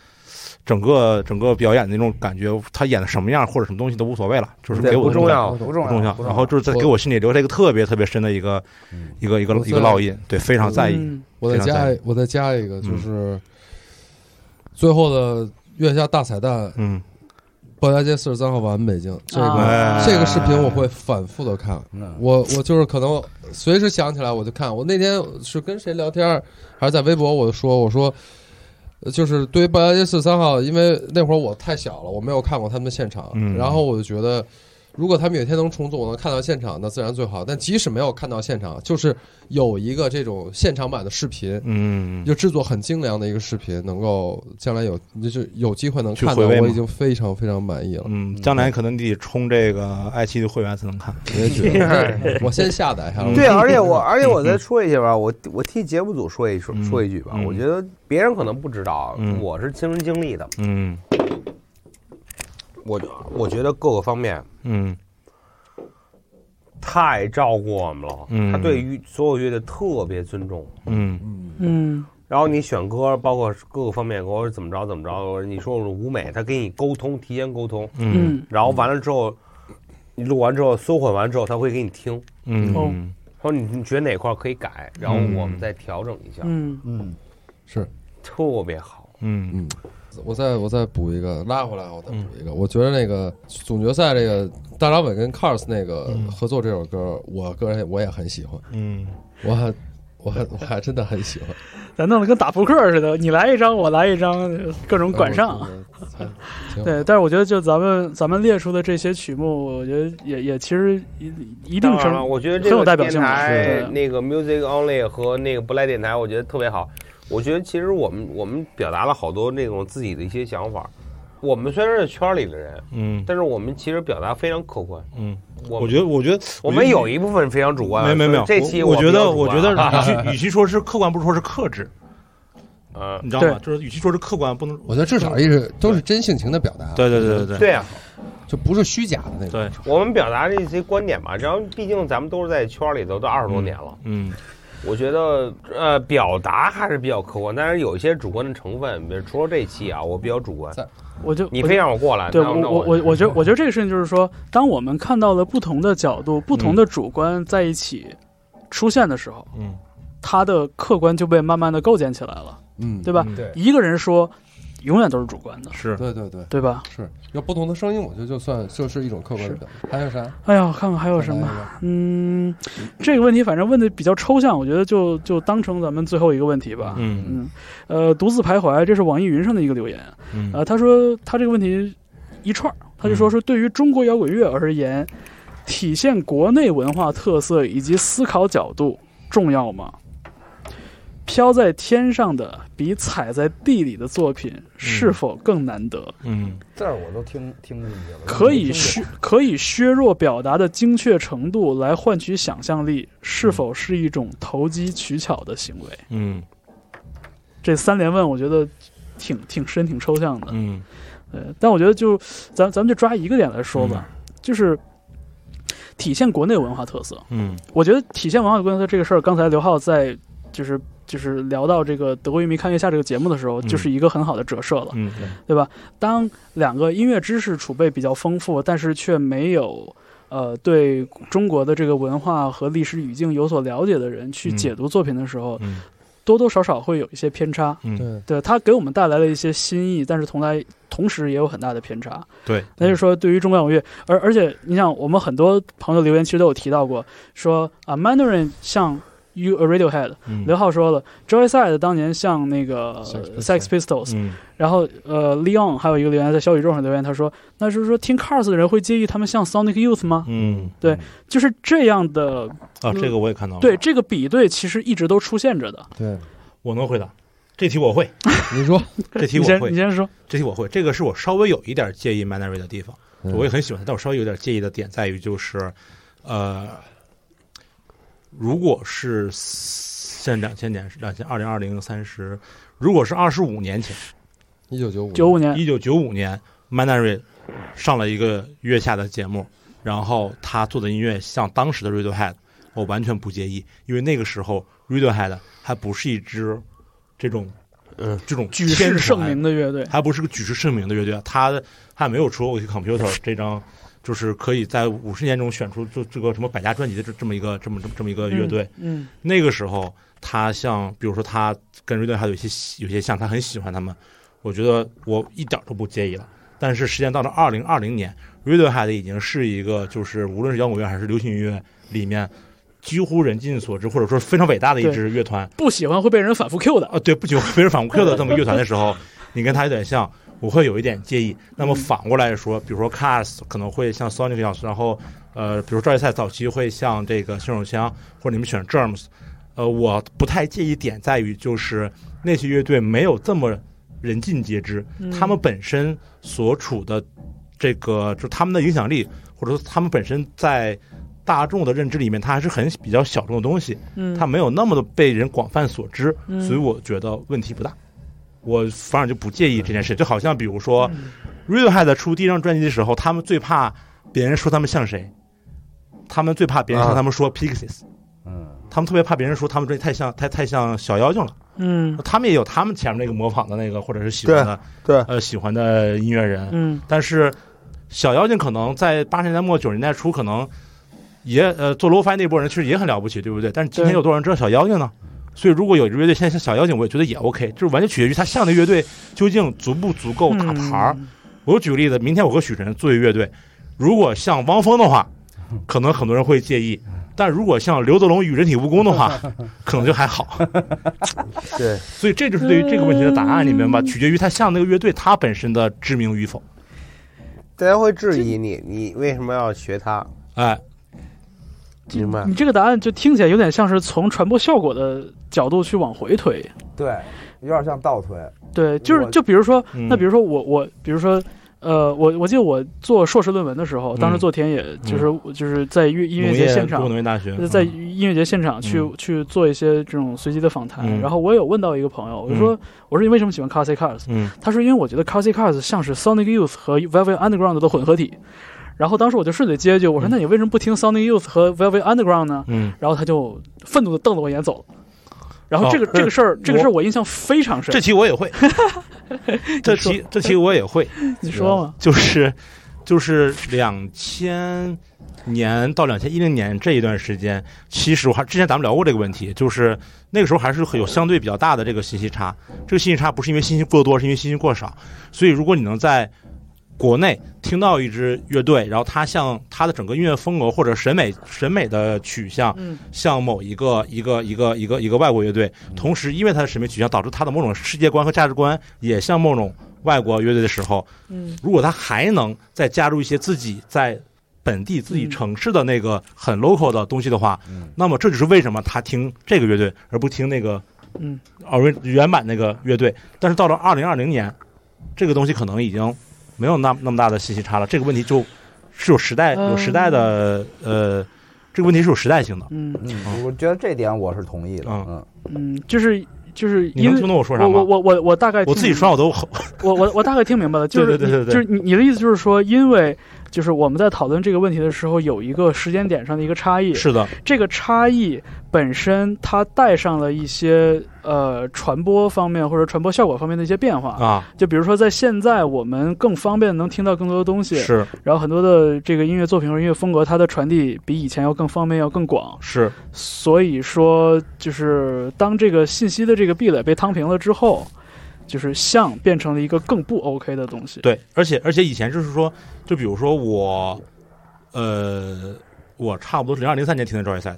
D: 整个整个表演的那种感觉，他演的什么样或者什么东西都无所谓了，就是
A: 对
D: 给我
A: 不
D: 那种
A: 重要，
C: 我懂
A: 不
E: 不
A: 重
D: 不重要
E: 不。重
D: 然后就是在给我心里留下一个特别特别深的一个
E: 嗯
D: 一个一个
C: 我
D: 一个烙印，对，非常在意。
B: 嗯
C: 我再
D: 非常嗯
C: 加
D: 在
C: 一我再加一个，就是最后的月下大彩蛋，
D: 嗯，
C: 鲍家街四十三号晚北京这
B: 啊
C: 个。
D: 哎
C: 这个视频我会反复的看，
E: 嗯
C: 我我就是可能随时想起来我就看。我那天是跟谁聊天，还是在微博，我就说我说，呃就是对于鲍家街四十三号，因为那会儿我太小了，我没有看过他们的现场，
D: 嗯
C: 然后我就觉得，如果他们有一天能重组，我能看到现场，那自然最好。但即使没有看到现场，就是有一个这种现场版的视频，
D: 嗯，
C: 就制作很精良的一个视频，能够将来有就是有机会能看
D: 去
C: 到，
D: 回味
C: 我
D: 吗
C: 已经非常非常满意了。
D: 嗯，将来可能得充这个爱奇艺的会员才能看。
C: 我也觉得，我 先下载一下。
B: 啊
A: 对，而且我，而且我再说一下吧，我我替节目组说一说
D: 嗯
A: 说一句吧，
D: 嗯
A: 我觉得别人可能不知道
D: 嗯，
A: 我是亲身经历的，
D: 嗯
A: 我我觉得各个方面
D: 嗯
A: 太照顾我们了，
D: 嗯
A: 他对于所有乐队特别尊重。
D: 嗯
B: 嗯
A: 然后你选歌，包括各个方面，我说怎么着怎么着，我说你说我舞美，他给你沟通，提前沟通，
D: 嗯
B: 嗯
A: 然后完了之后，你录完之后，搜混完之后，他会给你听，
D: 嗯
B: 哦
D: 嗯
A: 说你你觉得哪块儿可以改，然后我们再调整一下，
B: 嗯，
E: 嗯，
F: 是，
A: 特别好。
D: 嗯
F: 嗯，我再我再补一个，拉回来我再补一个。我觉得那个总决赛这个大张伟跟 Cars 那个合作这首歌，我个人我也很喜欢，
D: 嗯，
F: 我还我还我还真的很喜欢。
B: 咱弄得跟打扑克似的，你来一张，我来一张，各种 管
C: 嗯
B: 上。
F: 我觉得还挺好，
B: 对，但是我觉得就咱们咱们列出的这些曲目，我觉得也也其实一一定
A: 当然
B: 程
A: 了，
B: 度，
A: 我觉得
B: 很
A: 这
B: 有
A: 个
B: 代表性
A: 电台
B: 是
A: 那个 Music Only 和那个不赖电台，我觉得特别好。我觉得其实我们我们表达了好多那种自己的一些想法。我们虽然是圈里的人，
D: 嗯
A: 但是我们其实表达非常客观。
D: 嗯，
A: 我
D: 我觉得，我觉得
A: 我们有一部分非常主观
D: 没
A: 啊，
D: 没没有，
A: 所以这期
D: 我我觉
A: 比较
D: 得，
A: 主
D: 我
A: 观
D: 觉
A: 啊
D: 得，与其与其说是客观，不如说是克制，
A: 嗯，
D: 你知道吗？
B: 对
D: 就是与其说是客观，不能，
F: 我觉得至少也是都是真性情的表达，
D: 对对对对
A: 对啊，
F: 就不是虚假的那种。
D: 对，
A: 我们表达这些观点嘛，然后毕竟咱们都是在圈里头都二十多年了，
D: 嗯
A: 我觉得呃表达还是比较客观，但是有一些主观的成分，比如除了这一期啊，我比较主观
F: 在，
B: 我就
A: 你
B: 我
A: 非让我过来，
B: 对
A: 那
B: 我
A: 那
B: 我
A: 我
B: 我我觉得我觉得这个事情就是说，当我们看到了不同的角度、不同的主观在一起出现的时候，
D: 嗯
B: 它的客观就被慢慢的构建起来了，
F: 嗯，
B: 对吧？
D: 嗯
E: 对
B: 一个人说，永远都是主观的，
D: 是，
F: 对对对，
B: 对吧？
F: 是有不同的声音，我觉得就算就是一种客观的表达。还有啥？
B: 哎呀，我看看还有什么？嗯，这个问题反正问的比较抽象，我觉得就就当成咱们最后一个问题吧。
D: 嗯
B: 嗯，呃，独自徘徊，这是网易云上的一个留言。
D: 嗯
B: 呃，他说他这个问题一串儿，他就说说对于中国摇滚乐而言，体现国内文化特色以及思考角度重要吗？飘在天上的比踩在地里的作品是否更难得？
D: 嗯
E: 这儿我都听听进去了，
B: 可以
E: 听
B: 削可以削弱表达的精确程度来换取想象力，是否是一种投机取巧的行为？
D: 嗯
B: 这三连问，我觉得挺挺深、挺抽象的。
D: 嗯
B: 对，呃但我觉得就咱咱们就抓一个点来说吧，就是体现国内文化特色。
D: 嗯
B: 我觉得体现文化特色这个事儿，刚才刘浩在就是就是聊到这个德国乐迷看月下这个节目的时候，
D: 嗯
B: 就是一个很好的折射了。
D: 嗯
B: 对吧？当两个音乐知识储备比较丰富，但是却没有呃对中国的这个文化和历史语境有所了解的人去
D: 嗯
B: 解读作品的时候，
D: 嗯
B: 多多少少会有一些偏差。
D: 嗯，
F: 对，
B: 对它给我们带来了一些新意，但是同来同时也有很大的偏差。
D: 对，
B: 那就是说，对于中国摇滚乐，而而且你想，我们很多朋友留言其实都有提到过，说啊，Mandarin 像 You a Radiohead，
D: 嗯
B: 刘浩说了，Joy Side 当年像那个
F: Sex
B: Sex Pistols，
D: 嗯
B: 然后呃，Leon 还有一个留言在小宇宙上留言，他说：“那就是说听 Cars 的人会介意他们像 Sonic Youth 吗？
D: 嗯，
B: 对就是这样的，
D: 啊，这个我也看到了，
B: 对这个比对其实一直都出现着的。
F: 对，
D: 我能回答。这题我会，
F: 你说，
D: 这题
B: 你
D: 我
B: 先你
D: 会，
B: 先说，
D: 这题我会。这个是我稍微有一点介意 Manary 的地方，
B: 嗯
C: 嗯
D: 我也很喜欢他，但我稍微有点介意的点在于就是，呃，如果是现两千年、两千二零二零三十，如果是二十五年前，
F: 一九九五，
B: 九五年，
D: 一九九五年 m a n a r y 上了一个月下的节目，然后他做的音乐像当时的 Radiohead，我完全不介意，因为那个时候 Radiohead 还不是一支这种，
A: 嗯，
D: 这种
B: 举世
D: 天
B: 盛
D: 团
B: 名的乐队，
D: 还不是个举世盛名的乐队，啊他还没有出《OK Computer》这张，就是可以在五十年中选出就这个什么百家专辑的这这么一个这么这么这么一个乐队。
B: 嗯，
D: 那个时候，他像比如说他跟乐队还有一些有些像，他很喜欢他们，我觉得我一点都不介意了。但是时间到了二零二零年，Radiohead 已经是一个就是无论是摇滚乐还是流行音乐里面几乎人尽所知，或者说非常伟大的一支乐团。
B: 不喜欢会被人反复 Q 的，
D: 啊，对，不久非人反客的这么乐团的时候，你跟他有点像，我会有一点介意。那
B: 嗯
D: 么反过来说，比如说 Cars 可能会像 Sonic 一样，然后呃，比如赵一赛早期会像这个新手枪，或者你们选 Germs，呃，我不太介意点在于就是那些乐队没有这么人尽皆知，
B: 嗯
D: 他们本身所处的这个，就他们的影响力，或者说他们本身在大众的认知里面，它还是很比较小众的东西。
B: 嗯，
D: 它没有那么的被人广泛所知，
B: 嗯
D: 所以我觉得问题不大。我反而就不介意这件事，就好像比如说
B: 嗯
D: Radiohead 出第一张专辑的时候，他们最怕别人说他们像谁，他们最怕别
A: 啊
D: 人向他们说 Pixies，、
E: 嗯
D: 他们特别怕别人说他们专辑太像太太像小妖精了。
B: 嗯
D: 他们也有他们前面那个模仿的那个或者是喜欢的
A: 对
D: 呃喜欢的 音乐人，
B: 嗯
D: 但是小妖精可能在八十年代末九十年代初，可能也呃做 lofi 那波人其实也很了不起，对不对？但是今
B: 对
D: 天有多少人知道小妖精呢？所以如果有一个乐队现在像小妖精，我也觉得也 OK，就是完全取决于他像的乐队究竟足不足够打牌儿。
B: 嗯
D: 我举个例子，明天我和许晨做一乐队，如果像汪峰的话，可能很多人会介意；但如果像刘德龙与人体蜈蚣的话，可能就还好。
A: 对，
D: 所以这就是对于这个问题的答案，你明白吧？取决于他像那个乐队他本身的知名与否。
A: 大家会质疑你，你为什么要学他？
D: 哎，
A: 明
D: 嗯
A: 白
B: 你？这个答案就听起来有点像是从传播效果的角度去往回推。
G: 对，有点像倒推。
B: 对，就是
G: 我
B: 就比如说，
D: 嗯
B: 那比如说我我比如说。呃，我我记得我做硕士论文的时候，当时做田野，就是、就是在音音乐
D: 嗯农
B: 节
D: 业
B: 现场
D: 中国，农业大学
B: 就是在音乐节现场去、
D: 嗯
B: 去做一些这种随机的访谈。
D: 嗯
B: 然后我有问到一个朋友，我就说、我说你为什么喜欢 Classic Cars？
D: 嗯
B: 他说因为我觉得 Classic Cars 像是 Sonic Youth 和 Velvet Underground 的混合体。然后当时我就顺嘴接一句，我说
D: 嗯
B: 那你为什么不听 Sonic Youth 和 Velvet Underground 呢？
D: 嗯，
B: 然后他就愤怒的瞪了我一眼走了。然后这个、
D: 哦
B: 这个事儿，这个
D: 我
B: 事儿我印象非常深
D: 这。题我也 会，这题这题我也会，
B: 你说嘛？
D: 就是就是两千年到两千一零年这一段时间，其实我还之前咱们聊过这个问题，就是那个时候还是会有相对比较大的这个信息差。这个信息差不是因为信息过多，是因为信息过少。所以如果你能在国内听到一支乐队，然后它像它的整个音乐风格或者审美审美的取向，
B: 嗯
D: 像某一个一个一个一个一个外国乐队，同时因为它的审美取向导致它的某种世界观和价值观也像某种外国乐队的时候，
B: 嗯
D: 如果他还能再加入一些自己在本地自己
B: 嗯
D: 城市的那个很 local 的东西的话，
G: 嗯
D: 那么这就是为什么他听这个乐队而不听那个
B: 嗯，
D: 而原版那个乐队。但是到了二零二零年，这个东西可能已经没有那那么大的信息差了。这个问题就是有时代
B: 嗯
D: 有时代的呃，这个问题是有时代性的。
B: 嗯
G: 嗯，我觉得这点我是同意的。
D: 嗯
G: 嗯，
B: 嗯，就是就是因
D: 你能
B: 为
D: 听懂我说
B: 我
D: 啥
B: 我
D: 吗？
B: 我我我大概
D: 我
B: 听
D: 自己
B: 明
D: 说我都
B: 我我我大概听明白了，就是
D: 对对对对对
B: 你就是你你的意思就是说，因为就是我们在讨论这个问题的时候，有一个时间点上的一个差异，
D: 是的，
B: 这个差异本身它带上了一些呃传播方面或者传播效果方面的一些变化。
D: 啊，
B: 就比如说在现在，我们更方便能听到更多的东西，
D: 是
B: 然后很多的这个音乐作品或者音乐风格，它的传递比以前要更方便，要更广。
D: 是
B: 所以说，就是当这个信息的这个壁垒被摊平了之后，就是像变成了一个更不 OK 的东西。
D: 对，而且而且以前就是说，就比如说我，呃，我差不多是零二零三年听的赵一赛，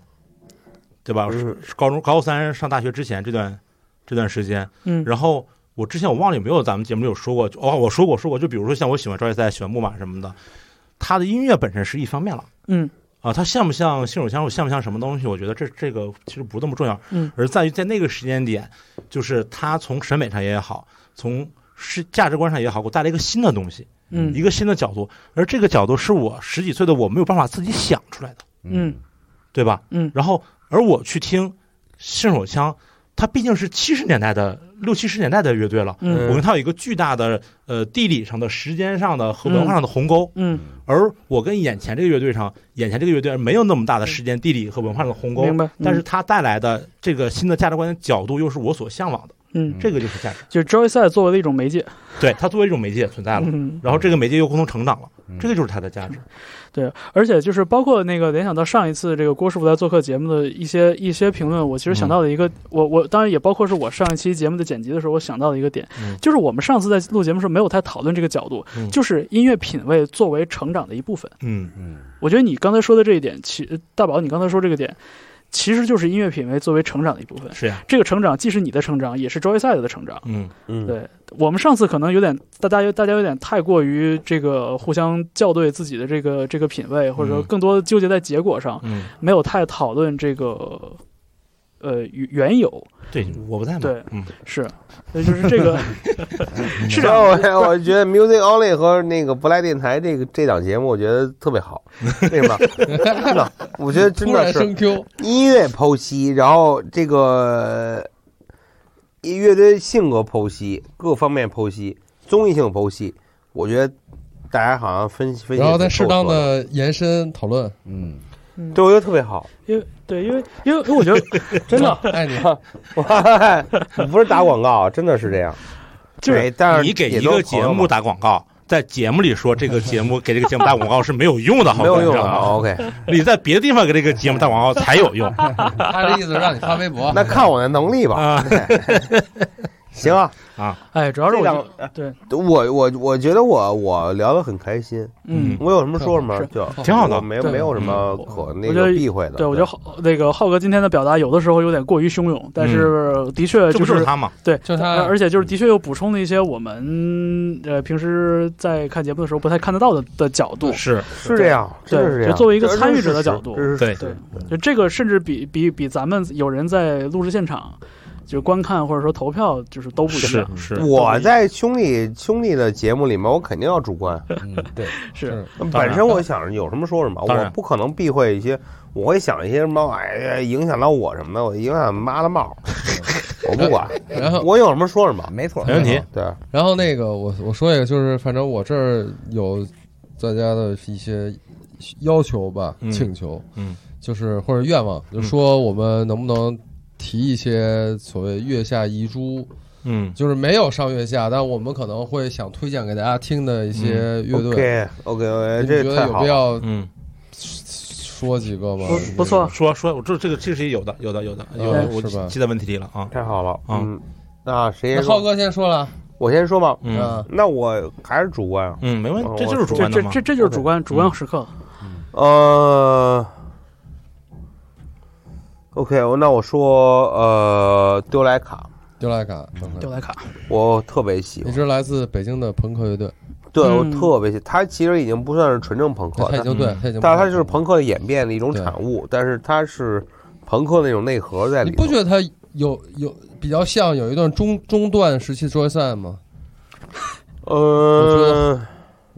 D: 对
B: 嗯
D: 吧？是是高中高三上大学之前这段这段时间，
B: 嗯
D: 然后我之前我忘了有没有咱们节目里有说过，就哦，我说过说过，就比如说像我喜欢赵一赛，喜欢木马什么的，他的音乐本身是一方面了。
B: 嗯
D: 啊，它像不像信手枪，像不像什么东西？我觉得这这个其实不那么重要，
B: 嗯，
D: 而在于在那个时间点，就是它从审美上也好，从是价值观上也好，给我带来一个新的东西，一
B: 嗯
D: 个新的角度，而这个角度是我十几岁的我没有办法自己想出来的，
B: 嗯
D: 对吧？
B: 嗯
D: 然后而我去听信手枪，它毕竟是七十年代的六七十年代的乐队了，
B: 嗯
D: 我跟它有一个巨大的呃地理上的、时间上的和文化上的鸿沟，
B: 嗯，
D: 而我跟眼前这个乐队上，眼前这个乐队没有那么大的时间、地理和文化上的鸿
B: 嗯
D: 沟
B: 明，白。
D: 但是
B: 嗯
D: 它带来的这个新的价值观的角度，又是我所向往的，
B: 嗯，
D: 这个就是价值。
B: 就是 Joy 赛作为了一种媒介，
D: 对，它作为一种媒介存在了，
B: 嗯，
D: 然后这个媒介又共同成长了
G: 嗯，
D: 这个就是它的价值。
B: 对，而且就是包括那个联想到上一次这个郭师傅来做客节目的一些一些评论，我其实想到了一个，我我当然也包括是我上一期节目的剪辑的时候，我想到的一个点，
D: 嗯
B: 就是我们上次在录节目时候没有太讨论这个角度，
D: 嗯
B: 就是音乐品味作为成长的一部分。
D: 嗯
B: 我觉得你刚才说的这一点，其呃大宝，你刚才说这个点，其实就是音乐品味作为成长的一部分。
D: 是呀，
B: 这个成长既是你的成长，也是 Joy Side 的成长。
D: 嗯，
A: 嗯，
B: 对我们上次可能有点，大家有大家有点太过于这个互相校对自己的这个这个品味，或者说
D: 嗯
B: 更多纠结在结果上，
D: 嗯，
B: 没有太讨论这个呃缘缘由。
D: 对，我不在嘛，
B: 对，
D: 嗯，
B: 是，所以就是 这个是这
A: 所以
B: 样的。
A: 我我觉得 Music Only 和那个不赖电台这个这档节目，我觉得特别好。为什么？ 真的，我觉得真
F: 突
A: 的
F: 然
A: 是
F: 升 Q，
A: 音乐剖析，然后这个呃乐队性格剖析，各方面剖析，综艺性剖析，我觉得大家好像分析分析，
F: 然后再适当，的延伸讨论。
G: 嗯，
A: 对我觉得特别好，
B: 因为对，因为因为因为我觉得
A: 真的，
F: 爱 你，
A: 我不是打广告，真的是这样。
B: 就是
A: 哎但是
D: 你给
A: 也
D: 一
A: 都
D: 个
A: 是朋
D: 节
A: 友嘛
D: 目打广告，在节目里说这个节目给这个节目打广告是没有用的，好
A: 没有用
D: 的
A: 的。OK，
D: 你在别的地方给这个节目打广告才有用。
H: 他这意思让你发微博，
A: 那看我的能力吧。
D: 啊，
A: 行啊，
B: 哎，主要是我
A: 这
B: 觉
A: 两
B: 得对，
A: 我我我觉得我我聊得很开心，
B: 嗯，
A: 我有什么说什么
B: 是，
A: 就
D: 挺好的
A: 我没
B: 对
A: 没有什么可那
B: 我觉
A: 个
B: 得
A: 避讳的。
B: 对，我觉得浩那个浩哥今天的表达有的时候有点过于汹涌，但是的确
D: 这
B: 就
D: 不就
B: 嗯
D: 是
B: 是
D: 他吗？
B: 对，
C: 就他
B: 而而且就是的确又补充了一些我们呃平时在看节目的时候不太看得到的的角度，
D: 是，
A: 是这样，真是这
B: 对，
A: 样。
B: 就作为一个参与者
A: 这是
B: 的角度
A: 这，是
D: 对
B: 对，就这个甚至比比比咱们有人在录制现场就观看或者说投票就是都不一
D: 是
B: 样，
D: 是，
A: 我在兄弟兄弟的节目里面，我肯定要主观。
E: 嗯，对，
B: 是
A: 嗯本身我想有什么说什么，
D: 当然
A: 我不可能避讳一些，我会想一些什么，哎呀，影响到我什么的，我影响妈的帽，我不管，
C: 然后
A: 我有什么说什么。
E: 没错，
D: 没问题。
A: 对，
C: 然后那个我我说一个，就是反正我这儿有大家的一些要求吧，
D: 嗯
C: 请求，
D: 嗯，
C: 就是或者愿望，就说我们能不能提一些所谓月下遗珠，
D: 嗯，
C: 就是没有上月下，但我们可能会想推荐给大家听的一些乐队，
A: 嗯 OK OK，
C: 你
A: 这
C: 觉
A: 个太
C: 得有
A: 好
C: 必
A: 了。
C: 要
D: 嗯，
C: 说几个吗？
B: 不不错，
D: 说说，我这这个确实有的，有的，有的，有的，我
C: 是吧
D: 记在问题里了啊。
A: 太好了，
D: 啊
A: 嗯，那谁
C: 那
A: 先
C: 浩
A: 说？
C: 哥先说了，啊
A: 我先说吧。
D: 嗯
A: 那我还是主观啊。
D: 嗯，没问题
A: 我，
D: 这就是主
B: 这
D: 观
B: 这
D: 的嘛。
B: 这这就是主观主观时刻，
A: 呃，OK，那我说呃，丢莱卡，
C: 丢莱卡，嗯
B: 丢莱卡，
A: 我特别喜
C: 一
A: 欢，
C: 支来自北京的朋克乐队，
A: 对我
B: 嗯
A: 特别喜，他其实已经不算是纯正朋克，
C: 他已经对，他已经，
A: 但是它就是朋克的演变的一种
C: 对
A: 产物，但是它是朋克那种内核在里
C: 你
A: 头。
C: 不觉得他有有比较像有一段中中段时期 Joy 赛吗？
A: 呃，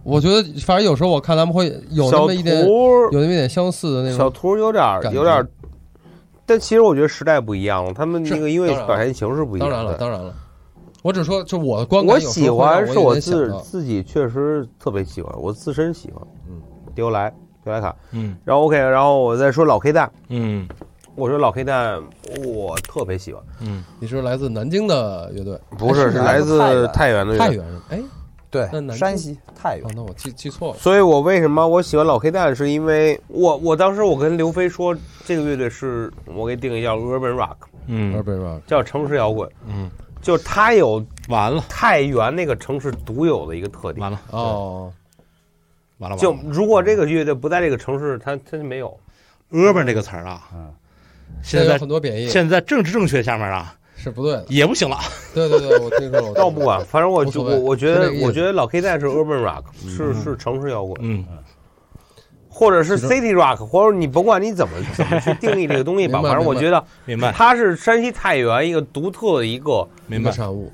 C: 我觉得反正有时候我看他们会有那
A: 小
C: 么一点，
A: 图
C: 有那么一点相似的那
A: 小
C: 种。
A: 图有点儿
C: 感觉
A: 有点儿，但其实我觉得时代不一样了，他们
C: 是
A: 那个音乐
C: 当然了
A: 表现形式不一样。
C: 当然了，
A: 对
C: 当然了，我只说就我的观感
A: 我
C: 有时
A: 喜
C: 候会让
A: 欢
C: 有
A: 是我
C: 点想
A: 自
C: 到
A: 自己确实特别喜欢，我自身喜欢。
E: 嗯，
A: 丢莱丢莱卡，
D: 嗯
A: 然后 OK，然后我再说老黑蛋，
D: 嗯
A: 我说老黑蛋我特别喜欢，
D: 嗯，
C: 你是来自南京的乐队，
A: 不是
E: 是
A: 是来
E: 来自太
A: 自太原的乐队
E: 原
C: 太原人。哎，那南
E: 对，
C: 京
E: 山西太
C: 哦
E: 原，，
C: 那我记记错了。
A: 所以我为什么我喜欢老黑蛋，是因为我我当时我跟刘飞说，这个乐队是我给定义叫 urban rock，
D: 嗯
C: Urban Rock，
A: 叫城市摇滚，
D: 嗯，
A: 就是它有
D: 完了，
A: 太原那个城市独有的一个特点
D: 完。了，
C: 哦，
D: 完了，
A: 就如果这个乐队不在这个城市，它它就没有。
D: urban 这个词儿啊，
E: 嗯
D: 现
C: 在
D: 在
C: 有很多贬义，
D: 现在政治正确下面啊
C: 是不对的。
D: 也不行了。
C: 对对对，我听说了。我听说了
A: 倒 不管，反正我
C: 无
A: 就
C: 所谓
A: 我我觉
C: 就
A: 得
C: 这个意思
A: 我觉得老黑蛋是 urban rock，是是城市摇滚，
D: 嗯
A: 或者是 city rock，或者你甭管你 怎么怎么去定义这个东西吧，
C: 明白
A: 反正我
C: 明白
A: 觉得
D: 明白
A: 它是山西太原一个独特的一个。
D: 明
C: 一个
D: 白，
C: 产物，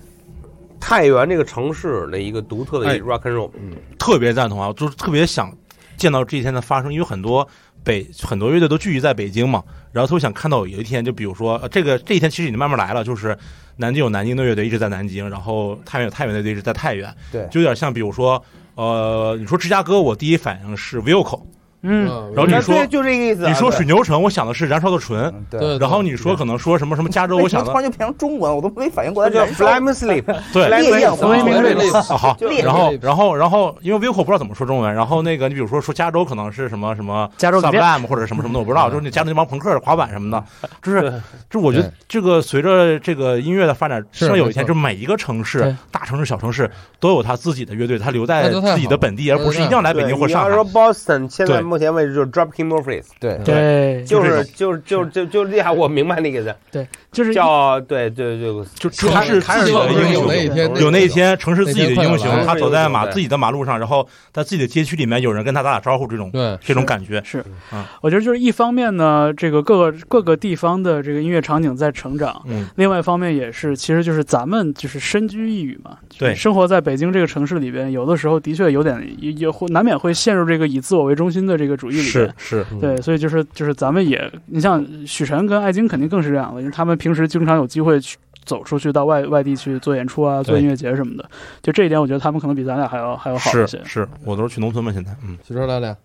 A: 太原这个城市的一个独特的
D: 哎
A: 一 rock and roll，、
D: 特别赞同啊，就是特别想见到这一天的发生，因为很多北很多乐队都聚集在北京嘛，然后特别想看到有一天，就比如说、呃这个这一天其实已经慢慢来了，就是南京有南京的乐队一直在南京，然后太原有太原的乐队一直在太原，
E: 对
D: 就有点像比如说呃，你说芝加哥，我第一反应是 Wilco，
B: 嗯，
C: 嗯
D: 然后你
A: 那
D: 说
A: 对，就这个意思啊、
D: 你说
A: 对
D: 水牛城，我想的是燃烧的唇，
E: 嗯，
C: 对，
D: 然后你说可能说什么什么加州，我
E: 为什
D: 想
E: 么
D: 的
E: 突然就变成中文，我都没反应过
A: 那
E: 来。
A: 叫
E: 燃烧
A: Flame Sleep，
D: 对
A: Flame
E: 烈焰
A: Sleep
E: 红
C: 我也没
D: 啊，好，
E: 烈焰
D: 然后，然后，然后，因为 Vico 不知道怎么说中文，然后那个，你比如说说加州可能是什么什么
B: 加州酒
D: s u b
B: 店
D: l a m 或者什么什么的，我不知道，就是那加州那帮朋克、滑板什么的，就是，就我觉得
C: 嗯对
D: 这个随着这个音乐的发展，
C: 是
D: 至少有一天，
C: 没错
D: 就是每一个城市
B: 对、
D: 大城市、小城市都有他自己的乐队，他留在
C: 那就太好
D: 自己的本地，而不是一定要来北京或
A: 对你
D: 上
A: 要
D: 海。
A: 说 Boston，现在
D: 对
A: 目前为止就是 Dropkick Murphys，
E: 对，
B: 对，
A: 就
D: 就这
A: 是就是就是就就这样，我明白那个字，
B: 就是
A: 叫对对对，
D: 就城市
C: 看
D: 自己的
A: 看
D: 英
C: 有
D: 雄
C: 那，一天，
D: 有那一
C: 天。
D: 天，城市自己的
C: 那天
D: 英雄
C: 快点来，
D: 他走在马
A: 对
D: 自己的马路上，然后在自己的街区里面有人跟他打打招呼，这种
C: 对，
D: 这种感觉，
B: 我觉得就是一方面呢，这个各个各个地方的这个音乐场景在成长，
D: 嗯，
B: 另外一方面也是，其实就是咱们就是身居一隅嘛，就是
D: 对
B: 生活在北京这个城市里边，有的时候的确有点也也会难免会陷入这个以自我为中心的这个主义里边。
D: 是是，
B: 对，所以就是就是咱们也，你像许晨跟艾晶肯定更是这样的，因为他们平时经常有机会去走出去到外外地去做演出啊，做
D: 对
B: 音乐节什么的。就这一点，我觉得他们可能比咱俩还要还要好一些
D: 是。是，我都是去农村嘛，现在，嗯
C: 徐州来俩，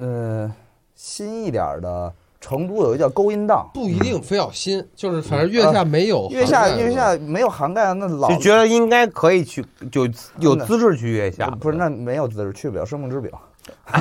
E: 呃，新一点儿的成都有一个叫勾音荡，
C: 不一定非要新，就是反正月下没有
E: 月
C: 涵
E: 下
C: 哦盖的
E: 月下没有涵盖那老
A: 就觉得应该可以去，就有资质去月下。
E: 不是那没有资质去不了生命之表。
A: 那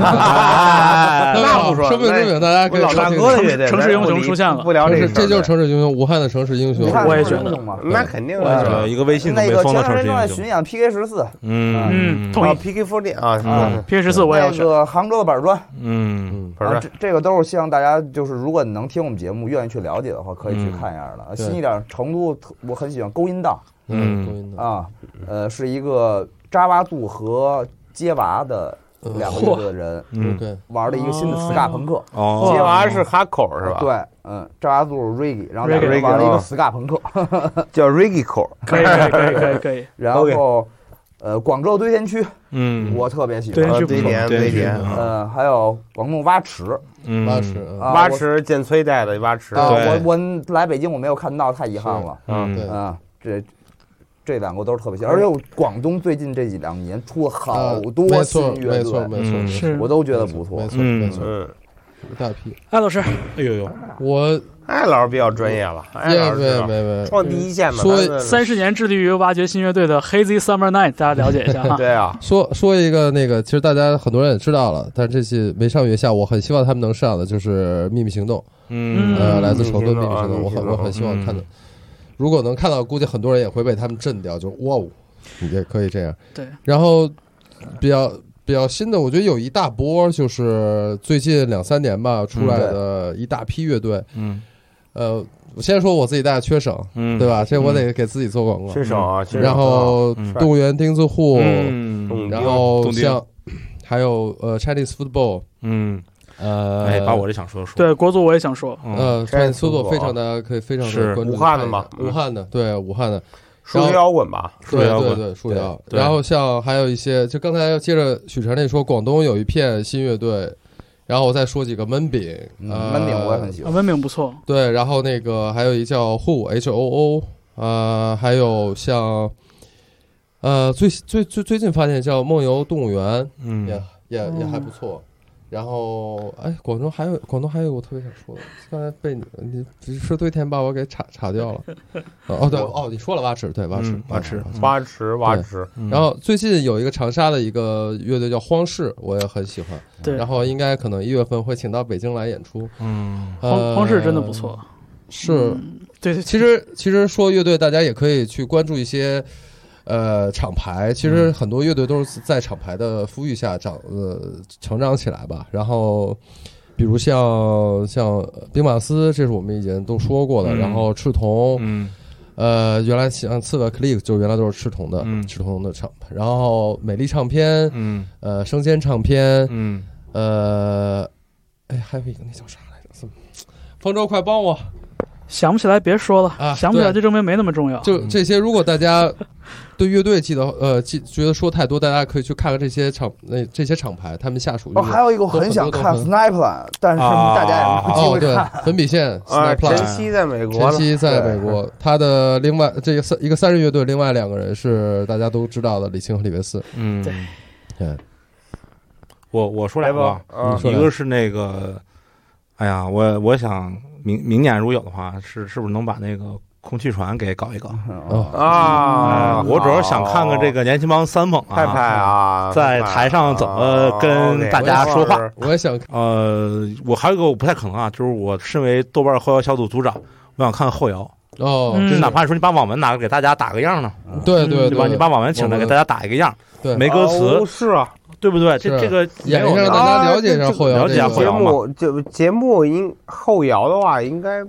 C: 那
A: 不说，
C: 生命之
A: 那
C: 饼，大家可
A: 我
C: 以
A: 老
C: 收
A: 大
C: 听
A: 哥的乐队，
B: 城市英雄
A: 咱不
B: 出现了
A: 不聊
C: 城
A: 这个，
C: 市这就是城市英雄，武汉的城市英雄
E: 你。看
B: 我也
E: 是不是
B: 觉得
E: 英雄嘛
A: 那肯定
E: 我也觉
A: 的
E: 得。
D: 一个微信都
E: 嗯那
D: 没
E: 个
D: 封
E: 前
D: 的
E: 段
D: 城
E: 时间
D: 市
E: 正在
D: 英雄
E: 巡，演 PK 十四，
D: 嗯
B: 嗯同
A: 啊
B: 意
A: ，PK Forty 啊，
D: 嗯
B: ，P 十四我也要
E: 那
B: 选。
E: 个杭州的板砖，
D: 嗯，
C: 嗯，
A: 不
E: 啊
A: 是
E: 这这个都是希望大家就是如果你能听我们节目，愿意去了解的话，可以去
D: 嗯
E: 看一下的。
C: 对
E: 新一点，成都特我很喜欢勾音荡
D: 嗯
C: 嗯，公益的
E: 啊，呃，是一个扎哇族和街娃的两个乐队的人
D: 嗯，
C: 对，
E: 玩的一个新的
B: 哦
E: ska 朋克。
D: 哦，
A: 接
C: 啊
A: 娃是哈口是吧？，
E: 对，嗯，扎哇族 reggae，然后两个人
A: Reggae，
E: 玩了一个
A: 啊
E: ska 朋克，
A: 叫 Reggae 口。
B: 可以可以可以可以可以，
E: 然后呃，广州堆填区
D: 嗯，
E: 我特别喜
B: 对
E: 欢，
A: 啊
B: 是不
A: 贼
B: 错
A: 甜
D: 对
A: 贼
D: 是
A: 甜。
D: 的
E: 呃，还有广东蛙池
D: 嗯，
C: 八十，
E: 啊，
A: 蛙
E: 我
A: 池建崔带的蛙池，
E: 啊，我
D: 对
E: 我来北京我没有看到，太遗憾了。
D: 嗯，
C: 对
E: 啊，这这两个都是特别喜欢，而且我广东最近这几两年出了好多
C: 嗯没错，
E: 新乐
C: 没错，
E: 队，
C: 没错，
D: 嗯
B: 是
E: 我都觉得不错
C: 没。错，没错，
A: 嗯，
C: 一大批。
B: 艾老师，
D: 哎呦呦，
C: 我
A: 艾老师比较专业了，艾
C: 没
A: 老师知
C: 没
A: 道
C: 没没，
A: 创第一线嘛，
C: 说
A: 咱们
B: 三十年致力于挖掘新乐队的 Hazy Summer Night，大家了解一下哈。
A: 对啊，
C: 说说一个那个，其实大家很多人也知道了，但是这期没上月下，我很希望他们能上的就是《秘密行动》，
D: 嗯
C: 呃，
B: 嗯
C: 来自成都《
A: 秘密
C: 秘
A: 行动
C: 密行动》，
A: 啊秘
C: 我
A: 密行
C: 很我
A: 动
C: 很希望看到
D: 嗯，
C: 如果能看到，估计很多人也会被他们震掉，就哇哦，也可以这样。
B: 对，
C: 然后比较比较新的，我觉得有一大波，就是最近两三年吧
A: 嗯
C: 出来的一大批乐队，
D: 嗯
C: 呃，我先说我自己大缺省，
D: 嗯，
C: 对吧？这我得给自己做广告。
A: 缺省啊，缺省
C: 然后
D: 嗯
C: 动物园钉子户，
D: 嗯
C: 然后
D: 动丁
C: 像还有呃 Chinese football，
D: 嗯，
C: 呃，
D: 哎，把我这想说说，
B: 对，国足我也想说，
D: 嗯，
C: 呃
A: Chinese
C: Chinese football
A: football
C: 非常的可以非常
D: 是
C: 的关注
A: 武汉的吗
C: 武汉的对武汉的，
A: 数学摇滚吧，
D: 数
C: 对
D: 学摇
C: 对
D: 滚
C: 对树摇。
D: 对
C: 然后像还有一些，就刚才要接着许晨那说，广东有一片新乐队，然后我再说几个闷饼，
E: 嗯
C: 呃
E: 闷顶我也很喜
B: 啊，
E: 欢，
B: 文明不错，
C: 对，然后那个还有一叫 Who H O O，呃，还有像呃最最最最近发现叫梦游动物园，
D: 嗯
C: 也也也还不错。然后哎，广州还有广东还有我特别想说的，刚才被你你你说堆填把我给岔岔掉了。 哦对哦，你说了蛙池对蛙池
D: 嗯蛙池
A: 蛙池蛙池，
C: 然后最近有一个长沙的一个乐队叫荒市，我也很喜欢。
B: 对
C: 然，后应该可能一月份会请到北京来演出。
D: 嗯
B: 荒荒市真的不
C: 呃。
B: 错，嗯
C: 是，
B: 对对，
C: 其实其实说乐队，大家也可以去关注一些呃厂牌。其
D: 嗯
C: 实很多乐队都是在厂牌的呼吁下长呃成长起来吧。然后比如像像兵马司，这是我们以前都说过的。
D: 嗯
C: 然后赤铜，
D: 嗯
C: 呃，原来像刺猬 Click 就原来都是赤铜的，
D: 嗯
C: 赤铜的厂牌。然后美丽唱片，
D: 嗯
C: 呃，生煎唱片，
D: 嗯
C: 呃，哎，还有一个那叫啥来着？怎么？方舟，快帮我！
B: 想不起来别说了，
C: 啊
B: 想不起来就
C: 对
B: 证明没那么重要。
C: 就这些，如果大家对乐队记得呃记觉得说太多，大家可以去看看这些厂那、这些厂牌，他们下属
E: 哦，
C: 乐队
E: 还有一个我很想看
C: 都很
E: Sniplan，但是大家也没机
C: 哦
E: 会
C: 对
E: 看。，
C: 粉笔线
A: 啊，晨
C: Snapline
A: 曦在美国
C: 晨
A: 呢，
C: 曦在
A: 对
C: 美国，他的另外这个三一个三人乐队，另外两个人是大家都知道的李青和李维斯。
D: 嗯，
B: 对
C: 嗯，
D: 我我说
A: 来
D: 两个
A: 吧
D: 吧，，嗯
A: 啊
C: 你说
D: 一
C: 来
D: 个是那个，哎呀，我我想明明年如果有的话，是是不是能把那个空气船给搞一搞？
E: 嗯
A: 啊
D: 哎，我主要是想看看这个年轻帮三猛
A: 哦派派啊，
D: 在
A: 派派
D: 台上怎么跟大家说话。
C: 我也想
D: 呃，我还有一个我不太可能啊，就是我身为豆瓣后摇小组组长，我想看后摇，
C: 哦，
B: 嗯
D: 就是哪怕说你把网文拿来给大家打个样呢，
C: 对对
B: 嗯
D: 对吧？
C: 对，
D: 你把网文请来
C: 网文
D: 给大家打一个样，
C: 对
D: 没歌词，
A: 是啊，
D: 对不对？这
C: 是
D: 这个
C: 演
D: 没
C: 一下让
D: 有那个
C: 大家
A: 啊
C: 了解一下
A: 这
C: 后摇
D: 了解一下
C: 这
D: 后
A: 节
C: 个
D: 摇
A: 目就节目应后摇的话，应该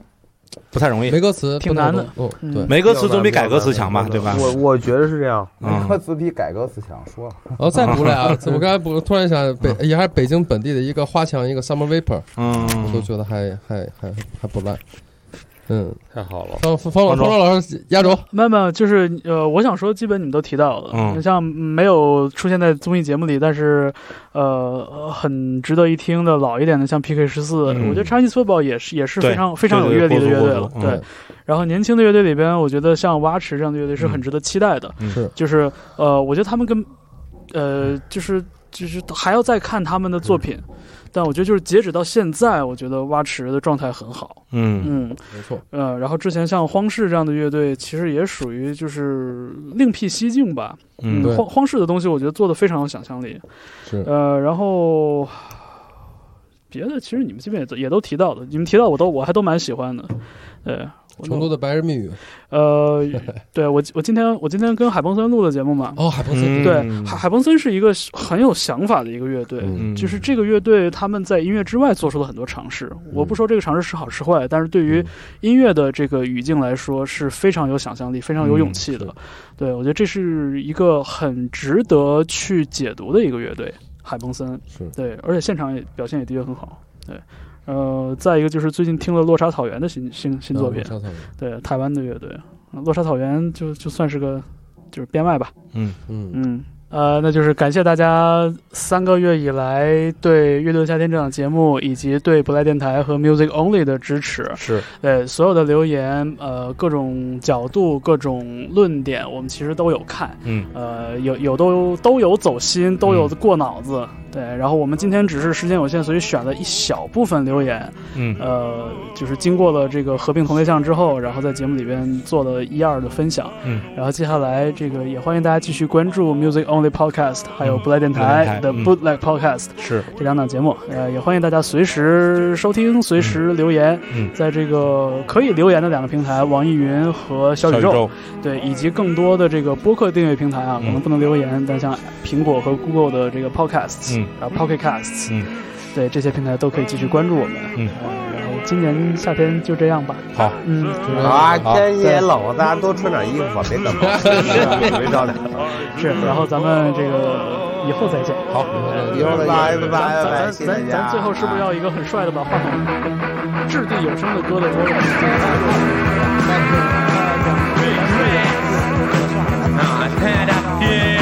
D: 不太容易，
C: 没歌词，
B: 挺难的
C: 不能够。
B: 嗯
C: 哦，对，
D: 没歌词总比改歌词强吧，对吧？
A: 我我觉得是这样，
D: 嗯
E: 歌词比改革词强，说了
C: 然后哦再补俩，我刚才补突然想北也还是北京本地的一个花墙，一个 Summer Vapor。我都
D: 嗯，
C: 觉得还还还还不赖。嗯，
A: 太好了。
C: 方方方
D: 方舟
C: 方舟老师压轴，
B: 没有没有，就是呃，我想说，基本你们都提到了，
D: 嗯
B: 像没有出现在综艺节目里，但是呃，很值得一听的老一点的，像 PK 十四、
D: 嗯
B: 我觉得 Chinese Football 也是也是
D: 对
B: 非常非常有
D: 对
B: 阅
D: 对
B: 历的乐
D: 国足
B: 队了
D: 国，足
B: 对。然后年轻的乐队里边，我觉得像蛙池这样的乐队是很值得期待的，
D: 嗯
C: 是
B: 就是呃，我觉得他们跟呃，就是就是还要再看他们的作品。但我觉得就是截止到现在，我觉得蛙池的状态很好。
D: 嗯
B: 嗯，
F: 没错，
B: 呃，然后之前像荒氏这样的乐队，其实也属于就是另辟蹊径吧。
D: 嗯
F: 对
B: 荒荒氏的东西，我觉得做的非常有想象力。
F: 是
B: 呃，然后别的其实你们基本也都也都提到了，你们提到我都我还都蛮喜欢的。对，我
F: 成都的白日密语
B: 呃，对我我今天我今天跟海鹏森录的节目嘛，
F: 哦，海鹏森
D: 嗯
B: 对，海海鹏森是一个很有想法的一个乐队。
F: 嗯
D: 嗯，
B: 就是这个乐队，他们在音乐之外做出了很多尝试。我不说这个尝试是好是坏，但是对于音乐的这个语境来说是非常有想象力、非常有勇气的。对我觉得这是一个很值得去解读的一个乐队，海鹏森。
F: 是
B: 对，而且现场也表现也的确很好。对，呃，再一个就是最近听了《落沙草原》的新新新
C: 啊
B: 作品，
F: 上头
B: 对台湾的乐队，呃落沙草原就就算是个就是编外吧。
F: 嗯，
B: 嗯，呃，那就是感谢大家三个月以来对《乐队夏天》这档节目以及对不赖电台和 Music Only 的支持。
D: 是
B: 对所有的留言，呃，各种角度、各种论点，我们其实都有看。
D: 嗯，
B: 呃，有有都都有走心，都有过脑子。对，然后我们今天只是时间有限，所以选了一小部分留言。
D: 嗯
B: 呃，就是经过了这个合并同类项之后，然后在节目里边做了一二的分享。
D: 嗯，
B: 然后接下来这个也欢迎大家继续关注 Music Only Podcast，还有
D: 嗯
B: 不赖电台
D: 不赖电台
B: 的
D: 嗯
B: Bootleg Podcast、
D: 是，
B: 这两档节目。呃，也欢迎大家随时收听，随时留言。
D: 嗯
B: 在这个可以留言的两个平台，网易云和小宇宙，对，以及更多的这个播客订阅平台啊，
D: 嗯
B: 我们不能留言，但像苹果和 Google 的这个 Podcasts，
D: 嗯，
B: 啊 Pocket Casts，
D: 嗯，
B: 对这些平台都可以继续关注我们，
D: 嗯
B: 呃，然后今年夏天就这样吧，
D: 好，
B: 嗯，
G: 啊，
D: 好
G: 天也冷，大家多穿点衣服吧，别感冒，没着凉。
B: 是，然后咱们这个以后再见。
D: 好，
F: 嗯
G: 以后拜拜拜
B: 咱
G: 拜，
B: 咱
G: 谢
B: 咱
G: 谢大
B: 咱
G: 家
B: 咱最后是不是要一个很帅的把话筒掷地有声的搁在桌上？
I: Now I'm head out here.